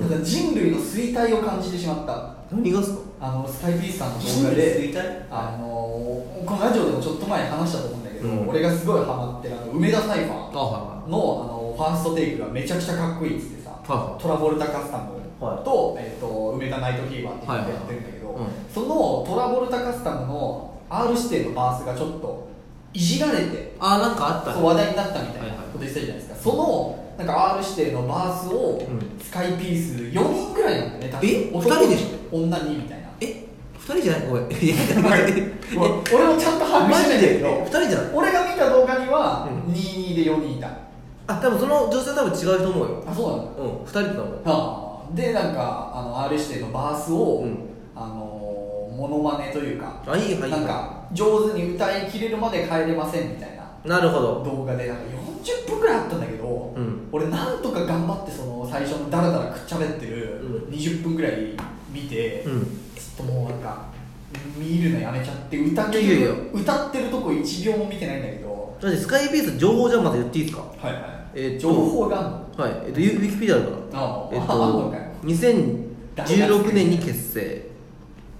うなんか人類の衰退を感じてしまった何がっすかあのスカイピースさんの動画であのーこのラジオでもちょっと前話したと思うんだけど、うん俺がすごいハマってるあの梅田サイファーのあはあのファーストテイクがめちゃくちゃかっこいいっつってさ、はいトラボルタカスタムはいと,、えっと梅田ナイトフィーバーっていうのをやってるんだけど、はいはいはいそのトラボルタカスタムの R 指定のバースがちょっといじられていはいあなんかあったそう話題になったみたいなはいはいこと言ってたじゃないですか、そのなんか R 指定のバースをうんスカイピース4人ぐららいなんだね確かえ男二人で女にみたいなえ二人じゃないごめんいやうわ俺もちゃんと把握マしてなジいんだけでど二人じゃない俺が見た動画にはうん22で4人いたあ多分その女性は多分違うと思うよあそうなんだうん二人だと思うあでなんかあの R 指定のバースを、うんあのモノマネというかあいいはいいなんか上手に歌いきれるまで帰れませんみたいななるほど動画でなんか40分くらいあったんだけど、ん俺なんとか頑張ってその最初のダラダラくっちゃべってるう20分くらい見て、うちょっんともうなんか見るのやめちゃって歌っていやいやいやる歌ってるとこ1秒も見てないんだけどだってスカイピース情報じゃまず言っていいですかはいはい、えーっと情報があるのはいえっとゆウィキペディアあるからああえ っああんのとかよ、 2016年に結成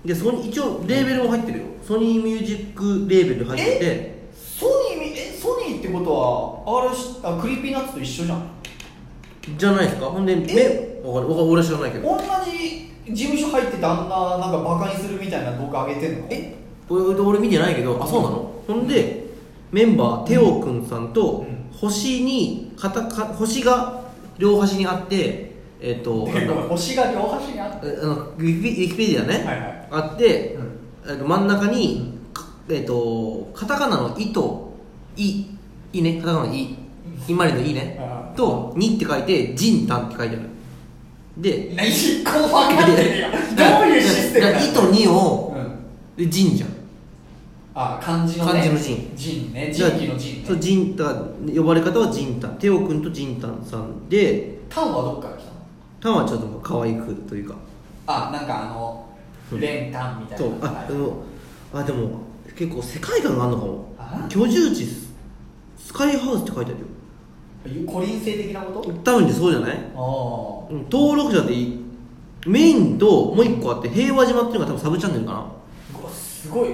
でソニー一応レーベルも入ってるよソニーミュージックレーベル入っててソニーみえソニーってことは R しあクリーピーナッツと一緒じゃんじゃないですかほんでめえわかるわかる俺は知らないけど同じ事務所入ってたあんななんかバカにするみたいな動画上げてんのえ俺俺見てないけどあそうなのほんでメンバーテオくんさんとうん星にかたか星が両端にあってえっとごなめんんだ星が両端にあってえあのウィキウィキペディアね、はいはいあって、うんえっと真ん中に、かえっとカタカナの「イ」と「イ」「イ」ねカタカナの「イ」「インマリの「イ」ねああと「ニ」って書いて「ジンタン」って書いてあるで何個分かってるやんどういうシステムだなかのらイ」と「ニ」をうんで「ジン」じゃんあ漢字のね漢字の仁仁ねじゃあ仁義の仁そうねジンだから呼ばれ方はジンタンテオ君とジンタンさんでタンはどっから来たのタンはちょっともう可愛くというかあなんかあのうん練炭みたいそうなあはでいもあでも結構世界観があるのかもあ居住地ススカイハウスって書いてあるよコリン性的なこと多分ねそうじゃなあいうん登録者でいいメインともう一個あって平和島っていうのが多分サブチャンネルかなあうわすごい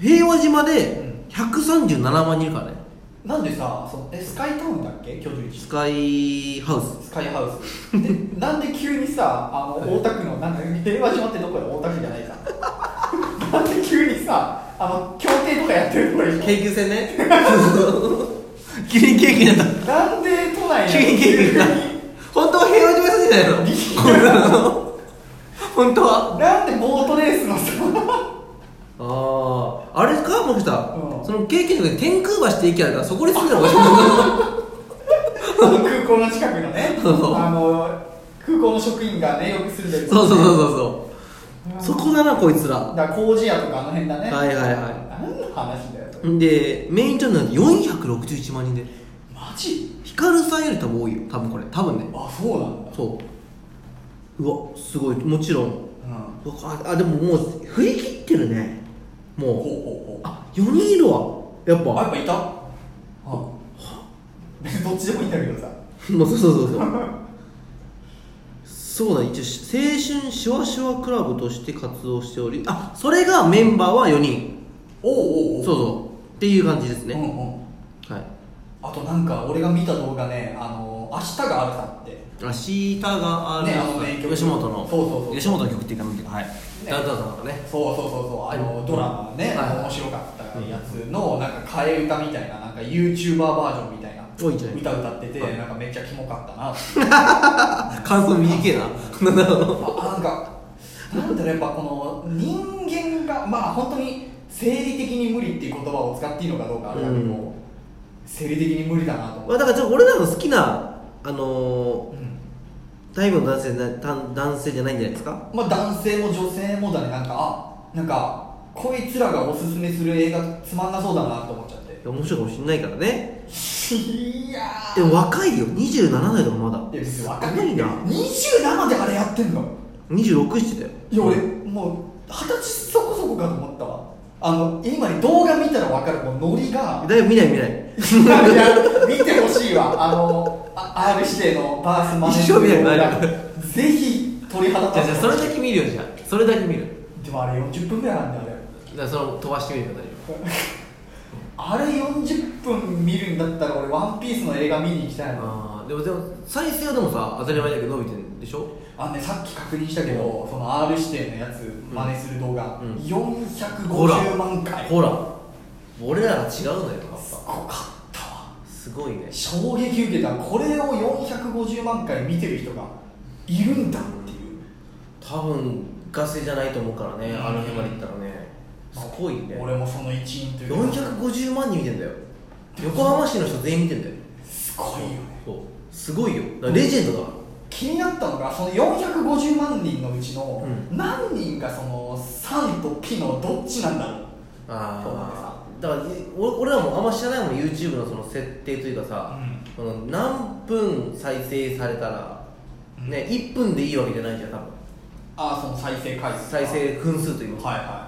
平和島でうん137万人いるからねなんでさそのえスカイタウンだっけ居住地スカイハウススカイハウスでなんで急にさあの大田区のなんか平和島ってどこや大田区じゃないかなんで急にさあの協定とかやってるとこでしょ京急線ね急に京急になっなんで都内たなの急に京急になった本当は平和島さんじゃないのこれなの本当はなんでボートレースのさあああれかもしかしたら、うんその京急の中で天空橋って駅あるからそこに住んでるのか あの空港の近くのねそうあの空港の職員がねよく住んでるそうそううそうそうそうそこだなこいつらだはから工事屋とかあの辺だいねはいは何の話だよそれいでメインチャンネルで461万人でマジヒカルさんより多分多いよ多分これ多分ねあそうなんだそううわすごいもちろんうんうわあでももう振り切ってるねほうもうほうほうああ4人いるわやっぱやっぱいたあどっちでもいいんだけどさもう そうそうそうそうそうだ一応青春シュワシュワクラブとして活動しておりあそれがメンバーは4人おうおうおそううそうっていう感じですうんうね、んはいあとなんか俺が見た動画ねあの明日があるさって明日があるねあの名曲吉本のそうそうそう吉本の曲っていうかなんていうかはい、ダウンタウンさんとかねそうそうそうそうあの、はいドラマね、はいあの面白かったやつのなんか替え歌みたいななんか YouTuber バージョンみたいなおいいんじゃない歌歌ってて、はいなんかめっちゃキモかったなって感想短えな なんだろうあなんかなんだろうやっぱこの人間がまあ本当に生理的に無理っていう言葉を使っていいのかどうかあれだけど、うん生理的に無理だなと思まって、あだからちょっと俺らの好きなあのうんー、タイプの男性なた男性じゃないんじゃないですかまあ男性も女性もだねなんかあなんかこいつらがおすすめする映画つまんなそうだなと思っちゃっていや面白いかもしんないからねいやーでも若いよ27歳とかまだいや別に若すごいな27であれやってんの26してたよいや俺もう二十歳そこそこかと思ったわあの今に動画見たら分かるもうノリがだいぶ見ない見ないいやいや見てほしいわあのあ R 指定のバースマネ一生見ない動な画ぜひ鳥肌立つけ見るよじゃあそれだけ見るでもあれ40分ぐらいあるんだよだからその飛ばしてみるよ大丈あれあれ40分見るんだったら俺ワンピースの映画見に行きたいなああでもでも再生はでもさ当たり前だけど伸びてるでしょあのねさっき確認したけどその R 指定のやつ真似する動画、うんほら450万回ほら俺らが違うのよやっすぱごかったわすごいね衝撃受けたこれを450万回見てる人がいるんだっていう多分ガセじゃないと思うからね、うんあの辺まで行ったらねすごいね俺もその一員というか450万人見てんだよ横浜市の人全員見てんだよすごいよねそうすごいよだからレジェンドだか気になったのがその450万人のうちのう何人がその3とピのどっちなんだろうらあだから俺俺らもあんま知らないもん YouTube のその設定というかさ、うんその何分再生されたら、うんね1分でいいわけじゃないじゃん多分ああその再生回数再生分数というか、はいは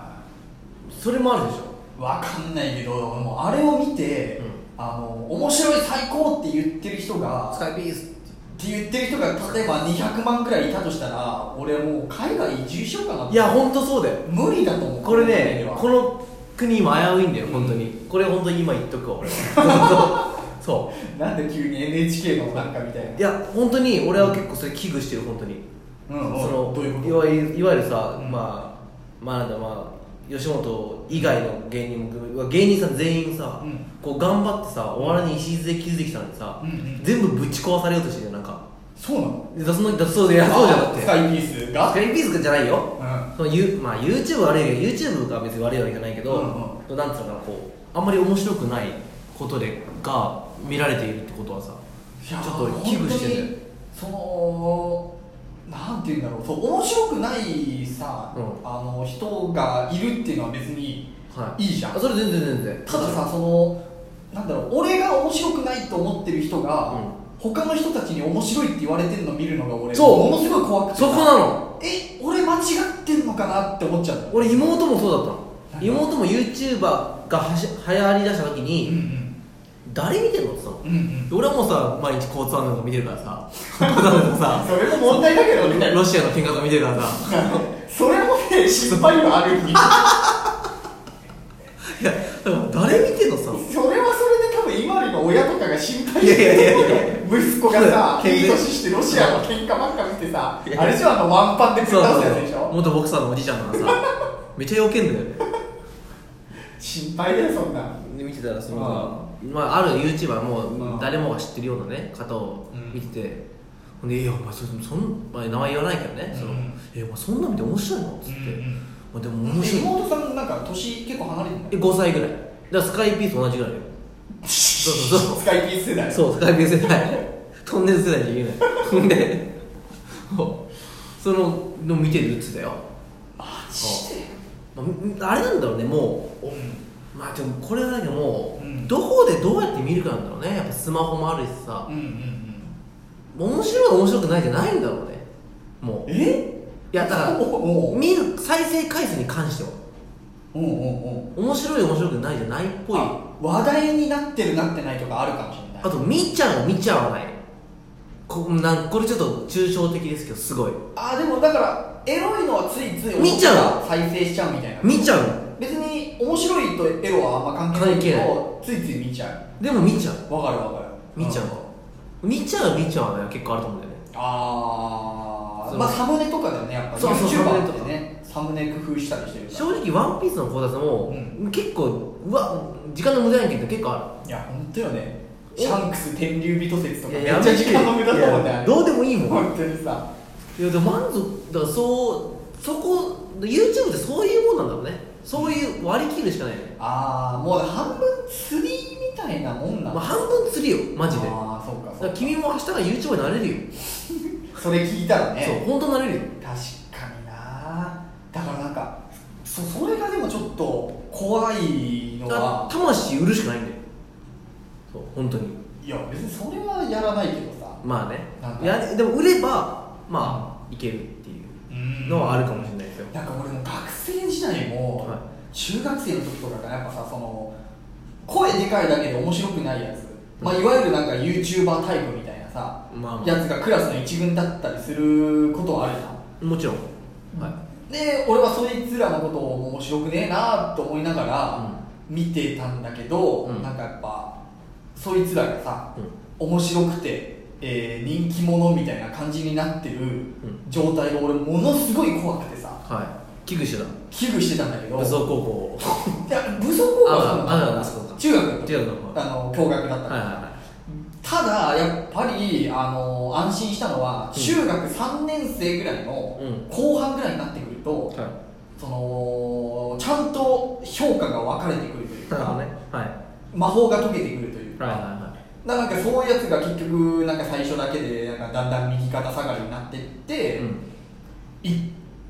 それもあるでしょいはい分かんないけどもうあれを見て、うんあの面白い最高って言ってる人がスカイピースって言ってる人が例えば200万くらいいたとしたら俺もう海外移住しようかないや本当そうだよ無理だと思うこれねこのの国今危ういんだよ本当に、これ本当に今言っとくわ俺 は本当そうなんで急に NHK のなんかみたいないや本当に俺は結構それ危惧してる本当に、うんうんそのどういうことわゆるいわゆるさ、うんまあまあなんだまあ吉本以外の芸人も含め芸人さん全員さ、うんこう頑張ってさお笑いに礎築いてきたのにさ、うんうん全部ぶち壊されようとしてるよなんかそうなのでだそのだそうでいやそうじゃなくてススカイカイピースがピースじゃないようんそのゆまあ YouTube 悪いけど YouTube が別に悪いわけじゃないけど、うなんつうのかなこうあんまり面白くないことでが見られているってことはさいやちょっと危惧してんだよ本当にそのなんて言うんだろうそう面白くないさ、うんあの人がいるっていうのは別にはいいいじゃん、あそれ全然全然たださそのなんだろう俺が面白くないと思ってる人が、うん他の人たちに面白いって言われてるの見るのが俺そもうのすごい怖くてさそこなのえ俺間違ってんのかなって思っちゃうの俺妹もそうだったの何妹も YouTuber がはし流行りだした時に、誰見てんのって言ったうんうんうんの俺はもうさ毎日交通案内とか見てるからさ交通案内とかそれも問題だけどさねロシアの喧嘩とか見てるからさそ れもね失敗はある意味いやだから誰見てんのさそれはそれで多分今よりの親とかが心配して いやいやいるや息子がさそういい年してロシアの喧嘩ばっか見てさあれじゃあのワンパンでぶっそう倒そうすそやうつでしょ元ボクサーのおじいちゃんがさめっちゃよけんだよね心配だよそんなで見てたらそのまあ、ある YouTuber もううん誰もが知ってるようなね方を見てて、ほんで「いやお前そそん、まあ、名前言わないけどね、そのうんえお前そんな見て面白いの?」っつって、うんうんまあ、でも面白い妹さんなんか年結構離れてないえ5歳ぐらいだからスカイピースと同じぐらいよそうそうそう使い切り世代そうスカイピース世代トンネル世代じゃ言えないほんでそうそのの見てるっつってたよ、マジでまあみ、あれなんだろうねもううまあでもこれはだけどもう、うんどこでどうやって見るかなんだろうねやっぱスマホもあるしさんうんうん面白い面白くないじゃないんだろうねもういえやだからおお見る再生回数に関してはうんうんうん面白い面白くないじゃないっぽいあ話題になってるなってないとかあるかもしれないあと見ちゃう見ちゃわないこなんこれちょっと抽象的ですけどすごいあでもだからエロいのはついつい見ちゃう再生しちゃうみたいな見ちゃう別に面白いとエロはあんま関係ないけどついつい見ちゃでも見ちゃううわかるわかる見ちゃう、見ちゃう見ちゃわないは結構あると思うんだよねあそうあまあサムネとかだよねやっぱそうそう YouTuber ってねサムネ工夫したりしてるから正直「ワンピースの考察も、う結構うわ時間の無駄やんけど結構あるいや本当よねシャンクス天竜人説とかめっいちやゃ時間の無駄だもんいやねどうでもいいもん本当にさいやでも満足だからそうそこ YouTube ってそういうもんなんだろうねそういう割り切るしかないよね、ああもう半分釣りみたいなもんなまんだあ、半分釣りよマジでだかああそうかそらうか君も明日から YouTuber になれるよ、それ聞いたらねそう本当になれるよ確かになだからなんかそそれがでもちょっと怖いのだからは魂売るしかないんだよそう本当にいや別にそれはやらないけどさまあねなんかいやでも売ればまあいけるっていうのはあるかもしれないですよなんか俺も学生時代も、はい中学生の時とかがやっぱさその声でかいだけで面白くないやつ、まあ、いわゆるなんか YouTuber タイプみたいなさ、まあまあやつがクラスの一軍だったりすることはあるじゃんもちろん、はいで俺はそいつらのことを面白くねえなと思いながら見てたんだけど、うんなんかやっぱそいつらがさ、うん面白くて、えー人気者みたいな感じになってる状態が俺ものすごい怖くてさはい危惧してた危惧してたんだけど武装高校いや武装高校はああああそうか中学の時 中学の頃あの共学だったかはいら、はいはいただやっぱりあの安心したのはうん中学3年生ぐらいのうん後半ぐらいになってくると、はいそのちゃんと評価が分かれてくるというなるほどか、ねはい魔法が解けてくるというか、はいはなんかそういうやつが結局なんか最初だけでなんかだんだん右肩下がりになっていっいはいて、うん行っ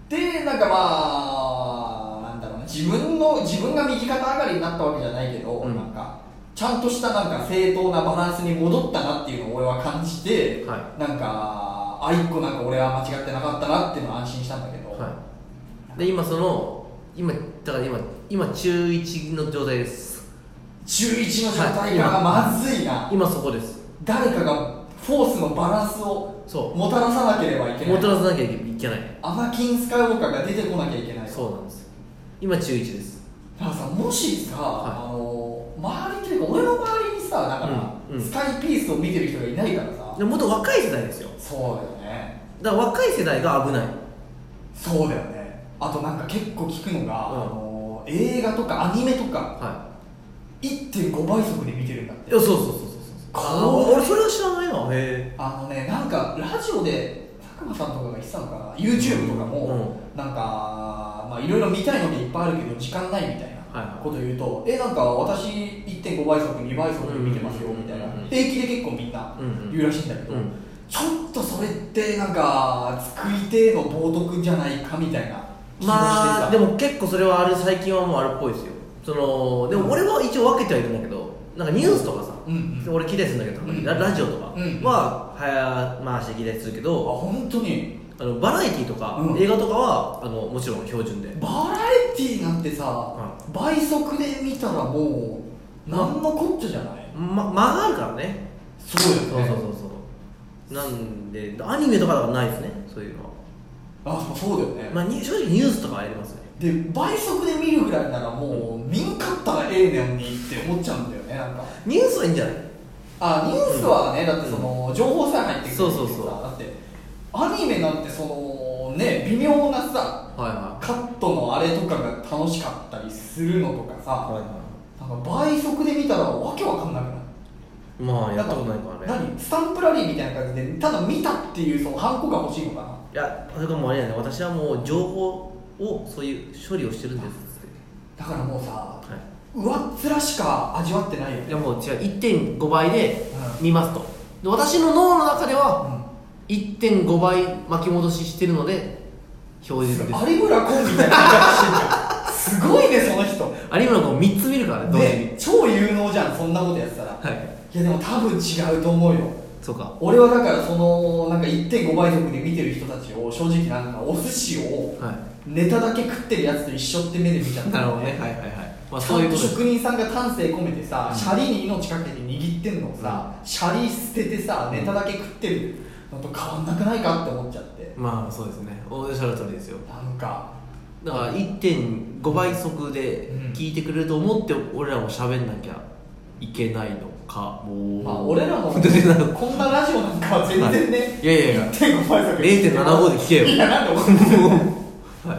てなんかまあなんだろうな自分の自分が右肩上がりになったわけじゃないけど、うんなんかちゃんとしたなんか正当なバランスに戻ったなっていうのを俺は感じて、はなんかあ一個なんか俺は間違ってなかったなっていうのは安心したんだけど、はいで今その今だから今今中1の状態です中1の状態はいが今まずいな、今そこです誰かがフォースのバランスをそうもたらさなければいけもなたいらさなきゃいけないアナキン・スカイウォーカーが出てこなきゃいけないそうなんです今中1ですだからさもしさ、はいあの周りというか俺の周りにさだから、うんうんスカイピースを見てる人がいないからさでもっと若い世代ですよそうだよねだから若い世代が危ないそうだよねあとなんか結構聞くのが、うんあの映画とかアニメとかは1.5倍速で見てるんだっいていやそうそうそうそうそうあこう俺それは知らないなへあのねなんかラジオで佐久間さんとかが言ってたのかな YouTube とかも、なんかまあいろいろ見たいのっていっぱいあるけど時間ないみたいはいはないこと言うと、えなんか私1.5倍速2倍速で見てますよみたいなうんうんうんうん平気で結構みんなうんうん言うらしいんだけど、うんちょっとそれってなんか作り手の冒涜じゃないかみたいなえ気もしてさ、まあでも結構それはある最近はもうあるっぽいですよそのでも俺は一応分けてはいるんだけどなんかニュースとかさ、うんうん俺聞いたりするんだけど、たまにラうんラジオとかうんは早回して聞いたりするけあど、本当にあのバラエティーとか、うん映画とかはあのもちろん標準でバラエティーなんてさ、倍速で見たらもう何のこっちゃじゃない、ま間があるからねそうよねそうそうそうそうなんでアニメとかはないですねそういうのは、あそうだよね、まあ、に正直ニュースとかはやりますねで倍速で見るぐらいならもう見んかったらええねんにって思っちゃうんだよねなんかニュースはいいんじゃないあニュースはね、だってその情報さえ入ってくるそうそうそうだってアニメなんてそのね微妙なさはいはカットのあれとかが楽しかったりするのとかさ、いなんか倍速で見たらわけわかんなくなるまあやったことないからね何スタンプラリーみたいな感じでただ見たっていうそのハンコが欲しいのかないやそれかもうあれやね私はもう情報をそういう処理をしてるんですっつってだからもうさはい上っ面しか味わってないよいねやもう違う1.5倍でうん見ますと、で私の脳の中でうはん1.5倍巻き戻ししてるので標準です有村昆みたいな感じしてんじゃんすごいねその人有村君3つ見るからね同時に、ね超有能じゃんそんなことやってたら、い、はいやでも多分違うと思うよそうか俺はだからそのなんか1.5倍速で見てる人たちを正直なんかお寿司をはネタだけ食ってるやつと一緒って目で見ちゃっいた なるほどねはいはいはいまあちそゃういんうとことです職人さんが丹精込めてさ、うんシャリに命かけて握ってんのをさ、シャリ捨ててさネタだけ食ってるのと変わんなくないかって思っちゃってまあそうですねおっしゃる通りですよなんかだから1.5倍速で聞いてくれると思って俺らも喋んなきゃいけないのかもうまあ 俺らもこ出てないんなラジオなんかは全然ね、はいいやいやいや1.5倍速0.75で聞けよいやなんで遅は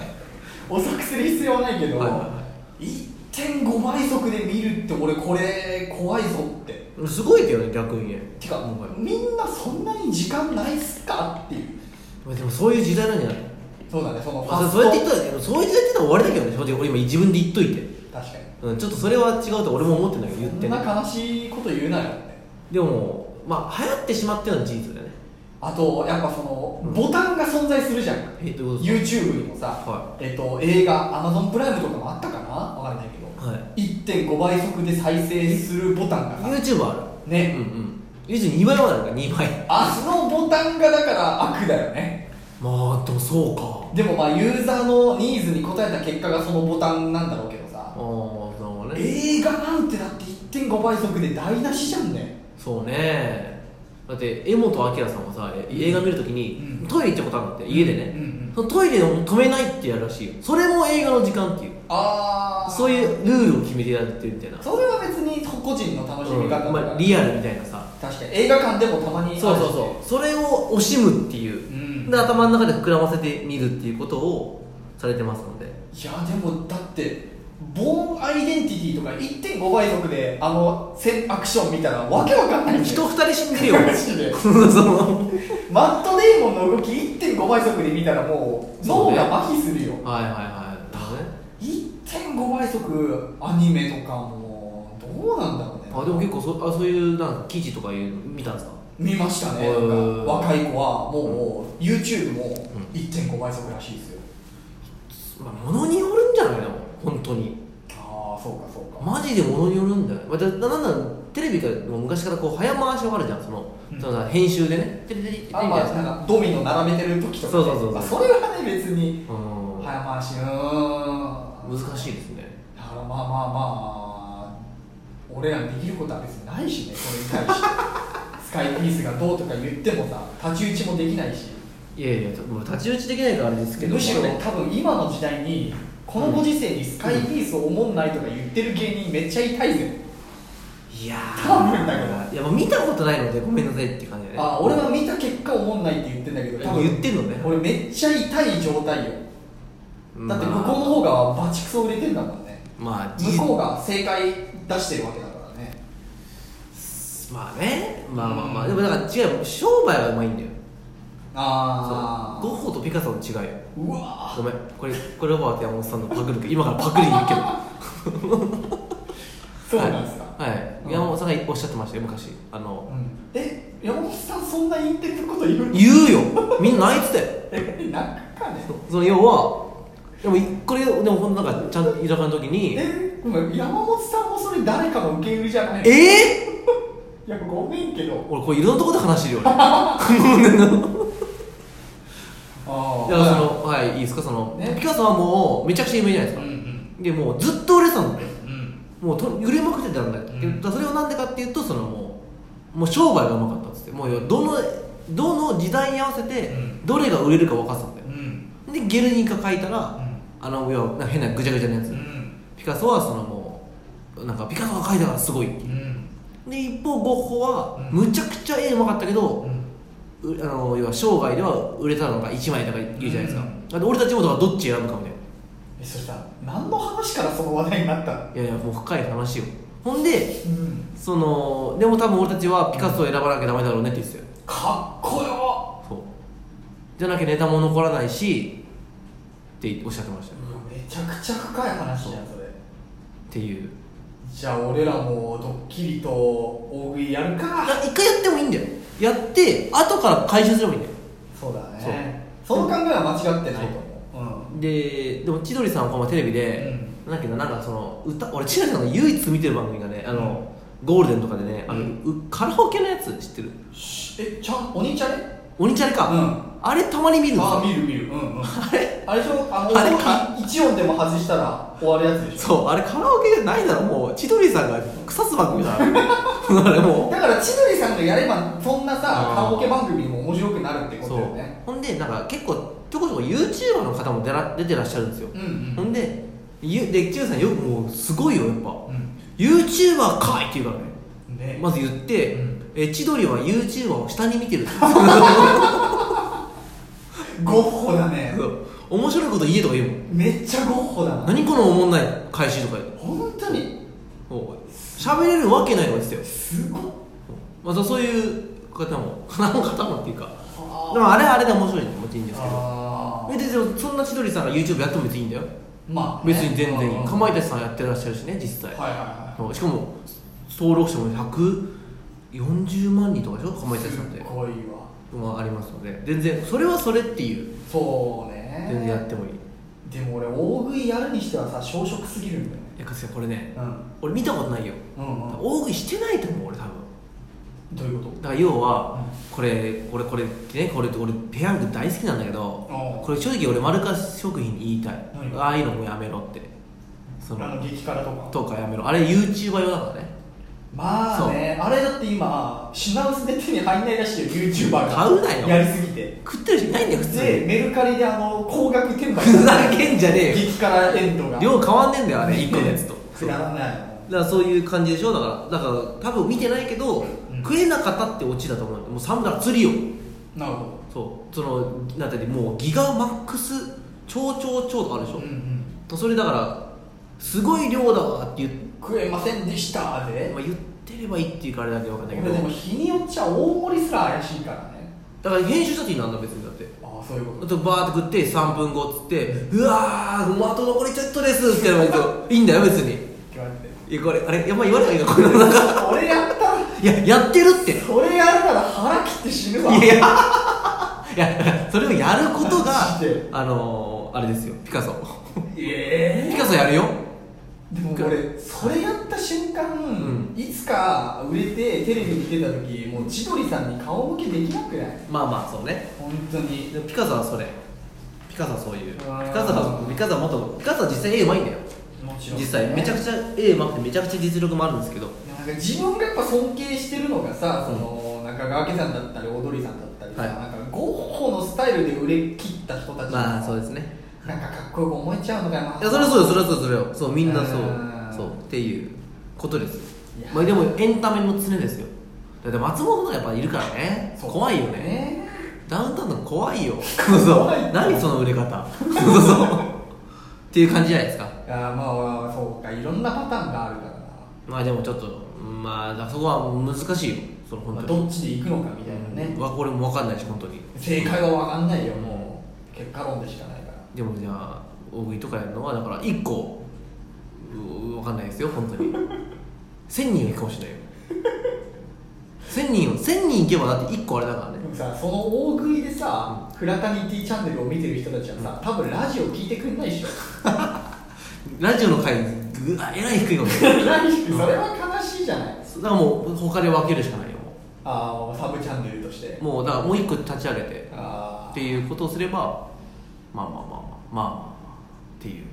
いくする必要はないけど、はいはいは1.5倍速で見るって俺これ怖いぞってすごいけどね逆にねてかもうみんなそんなに時間ないっすかっていうまあでもそういう時代なんじゃないそうだねそのフまァあストそうやって言ったらでもそういう時代って言ったら終わりだけどね正直俺今自分で言っといて、確かにうん、ちょっとそれは違うと俺も思ってないけど言っそてんんな悲しいこと言うなよってでもまあ流行ってしまってるのは事実だよねあとやっぱその、うんボタンが存在するじゃんえどういうことです YouTube にもさ、はえっと映画 Amazon プライムとかもあったかなわかんないけどかは1.5倍速で再生するボタンがいさ YouTube はあるね、うんうん YouTube2 倍はあるから2倍あそのボタンがだから悪だよねまあでもそうかでもまあユーザーのニーズに応えた結果がそのボタンなんだろうけどあさあなるほどね映画なんてだって1.5倍速で台無しじゃんねそうねだって柄本明さんもさえ映画見るときに、うんトイレ行ったことあるんだって家でね、うんうんそのトイレを止めないってやるらしいよそれも映画の時間っていうああそういうルールを決めてやってるみたいな、それは別に個人の楽しみ方だから、うんまあ、リアルみたいなさ確かに映画館でもたまにあるしそうそうそうそれを惜しむっていう、うんで頭の中で膨らませてみるっていうことをされてますのでいやでもだってボーンアイデンティティとか1.5倍速であのせアクション見たらわけわかんないんだよ人二人死んでるマよジでそのマット・デイモンの動き1.5倍速で見たらもうそう脳ねが麻痺するよ、はいはいはいなるほどね1.5倍速アニメとかもどうなんだろうねあでも結構そあそういうなんか記事とかいうの見たんですか見ましたねへなんーか若い子はもう YouTube も1.5倍速らしいですよ、まあ物によるんじゃないの本当にああそうかそうか、マジで物によるんだよ、まあ、だだなんだテレビからもう昔からこう早回しはあるじゃんその,、うんその編集でねテレビであまあなんかドミノ並べてる時とかね、そうそうそうそうまあ、それはね別にうん、早回しうーん難しいですねだからまあまあまあ俺らにできることは別にないしねそれに対してスカイピースがどうとか言ってもさ太刀打ちもできないしいやいやもう太刀打ちできないからあれですけどむしろまあね多分今の時代にこのご時世にスカイピースを思んないとか言ってる芸人めっちゃ痛いぜ、いや多分だけーいやもう見たことないのでごめんなさいって感じだねあ俺は見た結果思んないって言ってんだけど多分言ってんのね俺めっちゃ痛い状態よだって向こうの方がバチクソ売れてんだもんねまあ向こうが正解出してるわけだからねまあねまあまあまあ、うんでもだから違うよ商売はうまいんだよあゴッホとピカソの違いよあうわごめんこれこれロバート山本さんのパクるけど今からパクリにい けるそうなんですか、はい、うん山本さんがおっしゃってましたよ昔あのうんえ山本さんそんなインテリのこと言うの 言うよみんな泣いてたよえなんかねその要はでもこれでもほんとなんかちゃんと居酒屋の時にえごめん山本さんもそれ誰かの受け売りじゃないえいえやごめんけど俺これいろんなとこで話してる よ俺いやあそあのはいいいですかその、ねピカソはもうめちゃくちゃ有名じゃないですうかん、うんでもうずっと売れてたんだようんもうと売れまくってたんだけど、うんだからそれをなんでかっていうとそのもうもう商売がうまかったっつってもう要はどのどの時代に合わせてうんどれが売れるか分かってたんだようんでゲルニカ書いたら、んあの要はなんか変なぐちゃぐちゃなやつ、うんピカソはそのもうなんかピカソが書いたからすごいっていうで一方ゴッホはうんむちゃくちゃ絵うまかったけうど、んうあの要は生涯では売れたのが1枚だから言うじゃないですか、うんだって俺たちもだからどっち選ぶかみたいなえそれさ何の話からその話題になったのいやいやもう深い話よほんでうんそのでも多分俺たちはピカソを選ばなきゃダメだろうねって言ってたよかっこよそうじゃなきゃネタも残らないしっておっしゃってましたよ、っめちゃくちゃ深い話じゃんそれていうじゃあ俺らもドッキリと大食いやるだかから一回やってもいいんだよやって後から回収すればいいんだよそうだねその考えは間違ってないと思うででも千鳥さんはこの前テレビで、なんだっけななんかその歌俺千鳥さんが唯一見てる番組がねあの、ゴールデンとかでねあの、うんうカラオケのやつ知ってるうんしえちゃんお兄ちゃんね鬼チャレか、うんあれたまに見るんですよあ見る見るうんうんあれあれでしょあのあれか音一音でも外したら終わるやつでしょそうあれカラオケじゃないだろもう千鳥さんが腐す番組 だろあれもうだから千鳥さんがやればそんなさあーカラオケ番組も面白くなるってこそとうだよねほんでなんか結構ちょこちょこ YouTuber の方も出ら出てらっしゃるんですよ、うんうほんんでゆで千代さんよくもうすごいよやっぱ、ん YouTuber かいって言うからねねまず言って、うんえ千鳥は YouTuber を下に見てる ゴッホだねそう面白いこと言えとか言うもんめっちゃゴッホだな何このおもんない返しとか言う本当にそう喋れるわけないとか言ってたよ、すごっまあ、そうそういう方も方も方もっていうかあでもあれはあれで面白いのもちろんいいんですけどあえででもそんな千鳥さんが YouTube やっても別にいいんだよまあね別にう全んうん然うんかまいたちさんやってらっしゃるしね実際、はいはしかも登録者も140万人とかでしょかまいはいいたちすさんってごいわまあありますので全然それはそれっていうそう全然やっねてもいいでも俺大食いやるにしてはさ小食すぎるんだよねいやかつてこれねうん俺見たことないようんうん大食いしてないと思う俺多分どういうことだから要はこれこれこれねこれ俺ペヤング大好きなんだけどああこれ正直俺丸川食品に言いたい何ああいうのもうやめろってそあのの激辛とかとかやめろあれ YouTuber 用だからねまあねあれだって今品薄で手に入んないらしいよ YouTuber が買うなよやりすぎて食ってる人いないんだよ普通でメルカリであの高額転売ふざけんじゃねえよ激辛エンドが量変わんねえんだよあれ1個のやつとくだらないだからそういう感じでしょだからだから多分見てないけど、ん食えなかったってオチだと思うんだもうサムダ釣りよなるほそうそのなんてもうギガマックス超超超とかあるでしどょう、んうんそれだからすごい量だわって言っ食えませんでしたでまあ、言ってればいいっていうからあれだけど分かんないけ俺でもど日によっちゃ大盛りすら怪しいからねだから編集したっていいなんだ別にだってああそういうこあととバーって食って3分後っつって「うわーもうあと残りちょっとです」って言われるといいんだよ別に言われていやこれあれやっぱ言われないいのこれなんか 俺やったらいややってるっていそれやるなら腹切って死ぬわやいやいやそれをやることがマジであのー、あれですよピカソえピカソやるよでも俺それやった瞬間、んいつか売れてテレビに出た時もう千鳥さんに顔向けできなくないまあまあそうね本当にでもピカソはそれピカソはそういうピカソあーはピカソはもっとピカソは実際絵うまいんだよもちろんね、実際めちゃくちゃ絵うまくてめちゃくちゃ実力もあるんですけどなんか自分がやっぱ尊敬してるのがさ、その中川家さんだったり踊りさんだったりさ、はいなんかゴッホのスタイルで売れ切った人たちまあそうですねなんかかっこよく思えちゃうのかないやそれはそうよそれはそうよそれはそうみんなそううんそうっていうことですいやまあでもエンタメの常ですよだって松本がやっぱいるからねそう怖いよねねダウンタウンの怖いよそう そう怖い何その売れ方そうそうっていう感じじゃないですかいやまあそうかいろんなパターンがあるからな、まあでもちょっとまあそこは難しいよそのまあ本当にどっちで行くのかみたいなね、わこれも分かんないし本当に正解は分かんないよもう結果論でしかないからでもじゃあ大食いとかやるのはだから1個分かんないですよ本当に1000人はいくかもしれないよ1000人を1000人いけばだって1個あれだからねでもさその大食いでさ、フラタニティチャンネルを見てる人たちはさ多分ラジオ聞いてくんないでしょ ラジオの回ぐあえらい低いかもしれない何それは悲しいじゃないだからもう他で分けるしかないよもああサブチャンネルとしてうもうだからもう1個立ち上げてああっていうことをすればまあまあまあまあまあまあっていう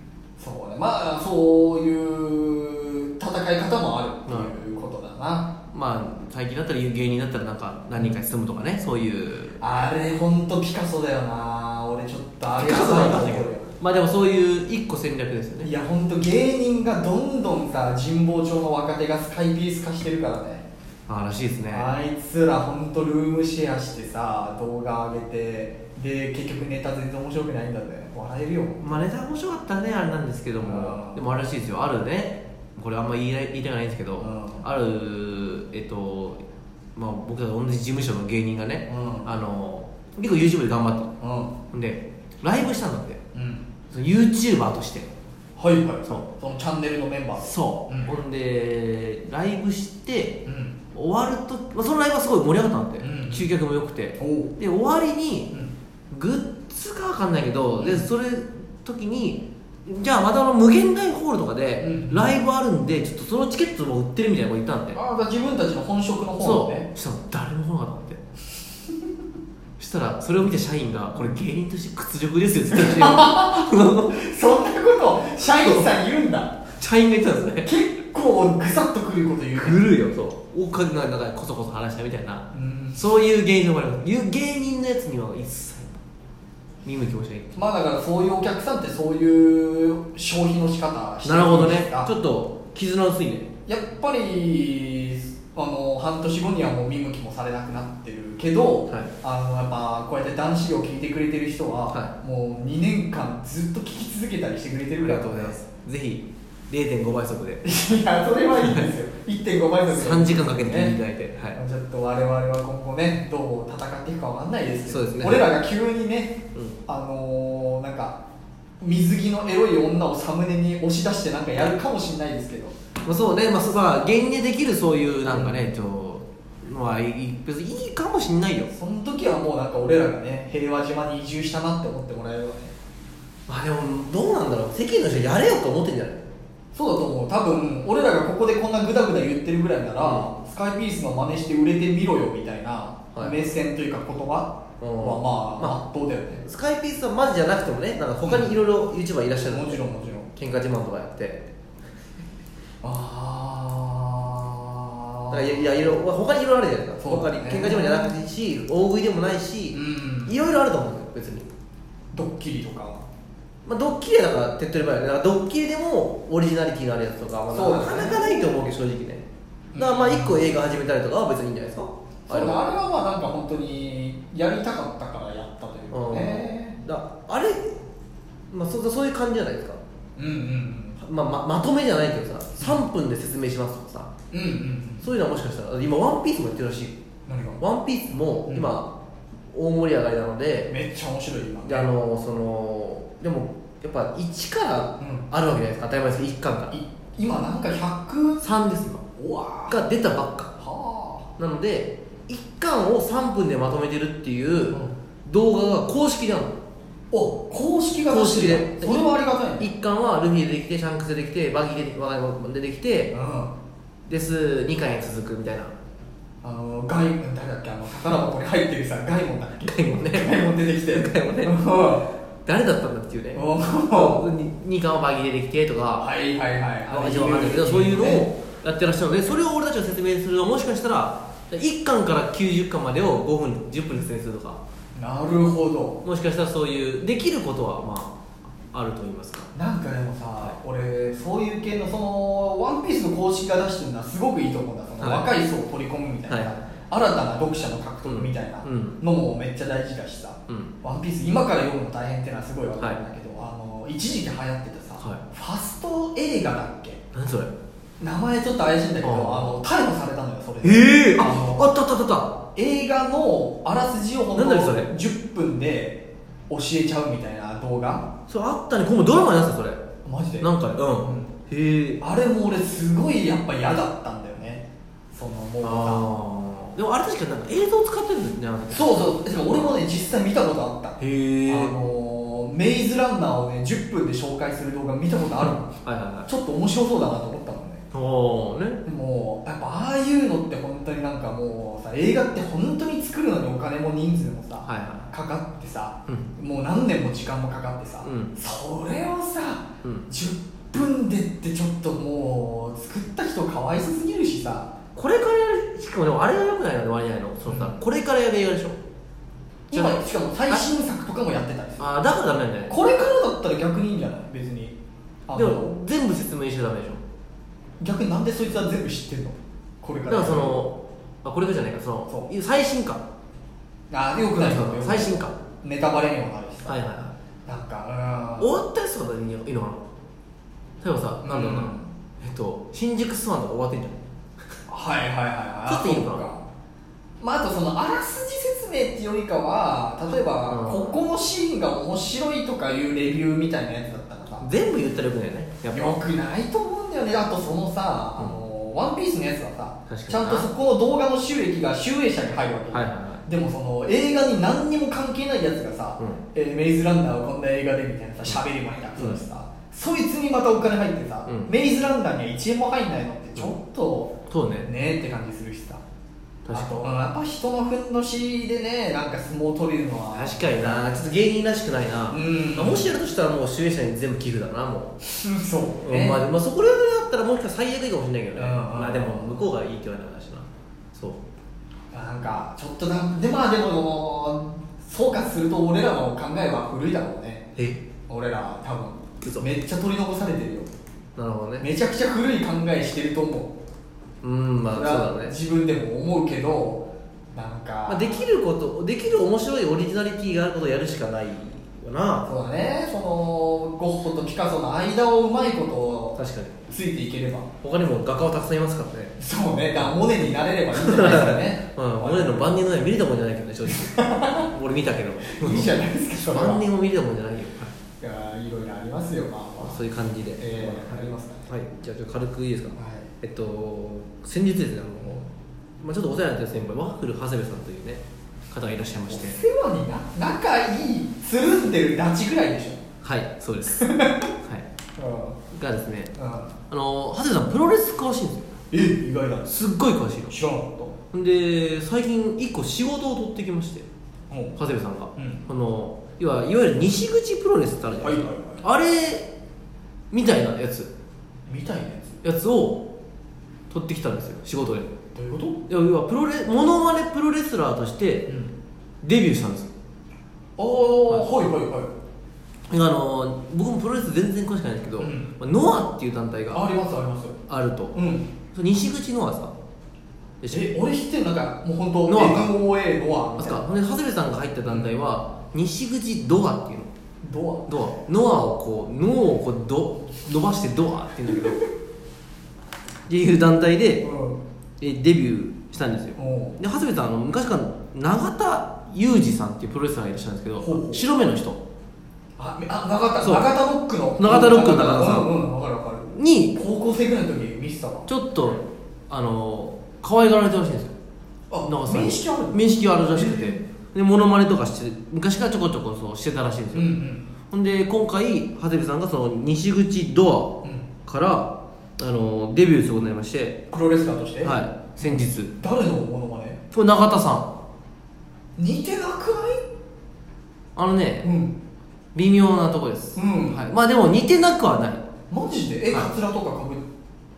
そうねまあそういう戦い方もあるっていうことだな、まあ最近だったら芸人だったらなんか何人か進むとかねそういうあれほんとピカソだよな俺ちょっとあれやばいと思うよまあでもそういう1個戦略ですよねいやほんと芸人がどんどんさ神保町の若手がスカイピース化してるからねあーらしいですねあいつらほんとルームシェアしてさ動画上げてで結局ネタ全然面白くないんだぜ笑えるよまあネタ面白かったらねあれなんですけどうもんでもあれらしいですよあるねこれあんま言いない言いたくないんですけどうんあるえっとまあ僕らと同じ事務所の芸人がねうんあの結構 YouTube で頑張ってうんほんでライブしたんだってうんその YouTuber としてはいはいそうそのチャンネルのメンバーそううんほんでライブしてうん終わると、まあ、そのライブはすごい盛り上がったんだってうん集客も良くておうで終わりにうんグッズかわかんないけど、でそれ時にじゃあまたあの無限大ホールとかでうんライブあるんでちょっとそのチケットも売ってるみたいな子いたんで、ああだから自分たちの本職の方そのうねそしたら誰も来なかったって そしたらそれを見た社員が「これ芸人として屈辱ですよ」って言ってた らしいよそんなこと社員さん言うんだ社員が言ってたんですね結構ぐさっとくること言うぐるいよそうおかげの中でこそこそ話したみたいなうんそういう芸人の場合はいう芸人のやつには一切見向きもしないまあだからそういうお客さんってそういう消費の仕方してなるほどねあちょっと絆薄いねやっぱりあの半年後にはもう見向きもされなくなってるけど、はいあのやっぱこうやって男子を聞いてくれてる人は、はもう2年間ずっと聞き続けたりしてくれてるかありらがとうござい ます。ぜひ0.5倍速 ですいやそれはいいですよ1.5倍速で3時間かけて聞いていただいて、はい。ちょっと我々は今後ねどう戦っていくかわかんないですけどそうですね俺らが急にね、うあのー、なんか水着のエロい女をサムネに押し出してなんかやるかもしれないですけどまあそうね、まあそまあ芸人でできるそういうなんかね、ちょまあいい別にいいかもしんないよ。その時はもうなんか俺らがね平和島に移住したなって思ってもらえればねまあでもどうなんだろう。世間の人やれよと思ってんじゃない？そうだと思う多分俺らがここでこんなグダグダ言ってるぐらいなら、スカイピースの真似して売れてみろよみたいなはい目線というか言葉うはんまあまっとうだよね、スカイピースはマジじゃなくてもね、なんか他にいろいろ YouTuber いらっしゃるもちろんん。もちろん喧嘩自慢とかやって、あだあからいやいやいろいろ他にいろいろあるじゃないですか。そう他だにね喧嘩自慢じゃなくてし、大食いでもないしう、んいろいろあると思うんですよ別に。ドッキリとかまあ、ドッキリはだから手っ取り早いねだからドッキリでもオリジナリティのあるやつとか、まあそうだねなかなかないと思うけど正直ねだからまあ一個映画始めたりとかは別にいいんじゃないですかそうだあれははまあなんか本当にやりたかったからやったというかねうんだあれ、まあ、そそういう感じじゃないですかうんうんうんまあ、ままとめじゃないけどさ3分で説明しますとかさうんうんうんそういうのはもしかしたら今「ワンピースもやってるらしいよ何がワンピースもうん今、大盛り上がりなのでめっちゃ面白い今であのそのでもやっぱ1からうんあるわけじゃないですか当たり前ですけど1巻からい今なんか100 3です今うわーが出たばっかはなので1巻を3分でまとめてるっていあ、う動画が公式なのお公式が公式で出してるそれはありがたいね1巻はルフィ出てきてシャンクス出てきてバギー出てきてワガ出てきてうんあです2巻へ続くみたいなのガイ誰だっけあの宝箱に入ってるさガイモンだっけ回もねガイモン出てきてガイモンねうん誰だったんだっていうねおー2巻はバギー出てきてとかはいはいはいわけわかんないけどそういうのをやってらっしゃるのでそれを俺たちが説明するのはもしかしたら1巻から90巻までを5分10分で説明するとかなるほどもしかしたらそういうできることはまああると言いますかなんかでもさ俺そういう系のそのワンピースの公式が出してるのはすごくいいと思うんだその、はい若い層を取り込むみたいな、はい新たな読者の獲得みたいなうんのもめっちゃ大事だしさ、うんワンピース今から読むの大変ってのはすごいわかるんだけど、あの一時期流行ってたさ、はいファストエレガだっけ何それ名前ちょっと怪しいんだけど、ああの逮捕されたのよそれでええあああったあったあったあっ映画のあらすじをほんとなんだよそれ10分で教えちゃうみたいな動画たそれあったね今度ドラマになってたそれマジでなんかねうん、うんへえあれも俺すごいやっぱ嫌だったんだよねそのもうああでもあれ確かになんか映像使ってるんだよねそうそうしかも俺もね実際見たことあった、うへえあのーメイズランナーをね10分で紹介する動画見たことあるのはいはいはいちょっと面白そうだなと思ったのねおおねでもやっぱああいうのって本当になんかもうさ映画って本当に作るのにお金も人数もさ、はいはかかってさいうんもう何年も時間もかかってさ、うんそれをさうん10分でってちょっともう作った人かわいそすぎるしさこれからやるしかもでもあれがよくないよね割合のそのさ、うんこれからやる映画でしょ今じゃしかも最新作とかもやってたりするああーだからダメだよねこれからだったら逆にいいんじゃない別にあのでも全部説明しちゃダメでしょ逆になんでそいつは全部知ってんのこれかだらからそのあこれがじゃないかそのそ最新刊あよくないよ最新刊ネタバレにもなるしさはいはいはなんかいうん終わったやつとかでいいのかな例えばさなんだろうな、うんえっと新宿スワンとか終わってんじゃんはいはいはいちょっといいのかなあそうまああとそのあらすじ説明っていうよりかは例えば、うんここのシーンが面白いとかいうレビューみたいなやつだったらさ全部言ったらよくないよねやっぱよくないと思うんだよねあとそのさ、あのワンピースのやつはさ確かにちゃんとそこの動画の収益が収益者に入るわけ、はいはいはでもその映画に何にも関係ないやつがさ、うんえーメイズランナーはこんな映画でみたいなさ喋りも下手くそだしさ、そいつにまたお金入ってさ、うんメイズランナーには1円も入んないのってちょっとそうねねえって感じするしさあ確かとうんやっぱ人のふんどしでねなんか相撲取れるのは確かになちょっと芸人らしくないな、うんもしやるとしたらもう主演者に全部寄付だなうも、んそうう、ねまあ、まあそこら辺だったらもしかしたら最悪いいかもしれないけどね、うんまあでも向こうがいいって言われたからだしなそうなんかちょっとなんでまあでも総括すると俺らの考えは古いだろうねえ俺ら多嘘分めっちゃ取り残されてるよなるほどねめちゃくちゃ古い考えしてると思うんうまあそうだね自分でも思うけどなんか、まあ、できることできる面白いオリジナリティがあることをやるしかないよなそうだねそのゴッホとピカソの間をうまいことを確かについていければ他にも画家はたくさんいますからねそうねだからモネになれればいいんじゃないですかね うん俺らの万人の絵見れたもんじゃないけど ね正直俺見たけどいいじゃないですかそれは万人も見れたもんじゃないよいやいろいろありますよまあまあそういう感じで、えーありますかねはいじゃあちょっと軽くいいですか、はいえっと先日ですねあの、まあ、ちょっとお世話になってる先輩ワッフル長谷部さんというね方がいらっしゃいましてお世話にな仲いいつるんでるダチぐらいでしはいそうで すはいょ、うんがですねあの長谷部さんプロレス詳しいんですよえ意外だすっごい詳しいの知らなかったで最近一個仕事を取ってきましてうん長谷部さんが、うんあの要はいわゆる西口プロレスってあるじゃないですか、あれみたいなやつみたいなやつやつを取ってきたんですよ仕事でどういうこと要はプロレモノマネプロレスラーとしてデビューしたんですよああはいはいはいあの僕もプロレス全然詳しくないんですけど、うんまあノアっていう団体あがありますありますあるとうんその西口ノアさんでしたえ俺知ってるなんかもう本当ノアか MOA ノアあみそたっいなかほんで長谷部さんが入った団体は西口ドアっていうのドドアノアをこう脳をこうど伸ばしてドアって言うんだけどっていう団体アでうんえデビューしたんですよおうで長谷部さんあの昔から永田裕二さんっていうプロレスラーがいらっしゃるんですけほうほうど白目の人ああ中田そう中田ロックの中田ロックの中田さんうんうん分かる分かるに高校生ぐらいの時見てたわちょっとあの可愛がられてるらしいんですよあ長瀬さん面識ある面識はあるらしくてでモノマネとかして昔からちょこちょこそうしてたらしいんですうよ、んほんで今回長谷部さんがその西口ドうんうんアからあのデビューすることになりまして、プロレスラーとしてはい、先日誰のモノマネこれ永田さん似てなくあのねないうん微妙なとこです、うんはい、まあでも似てなくはないマジでえはいカツラとかかぶっ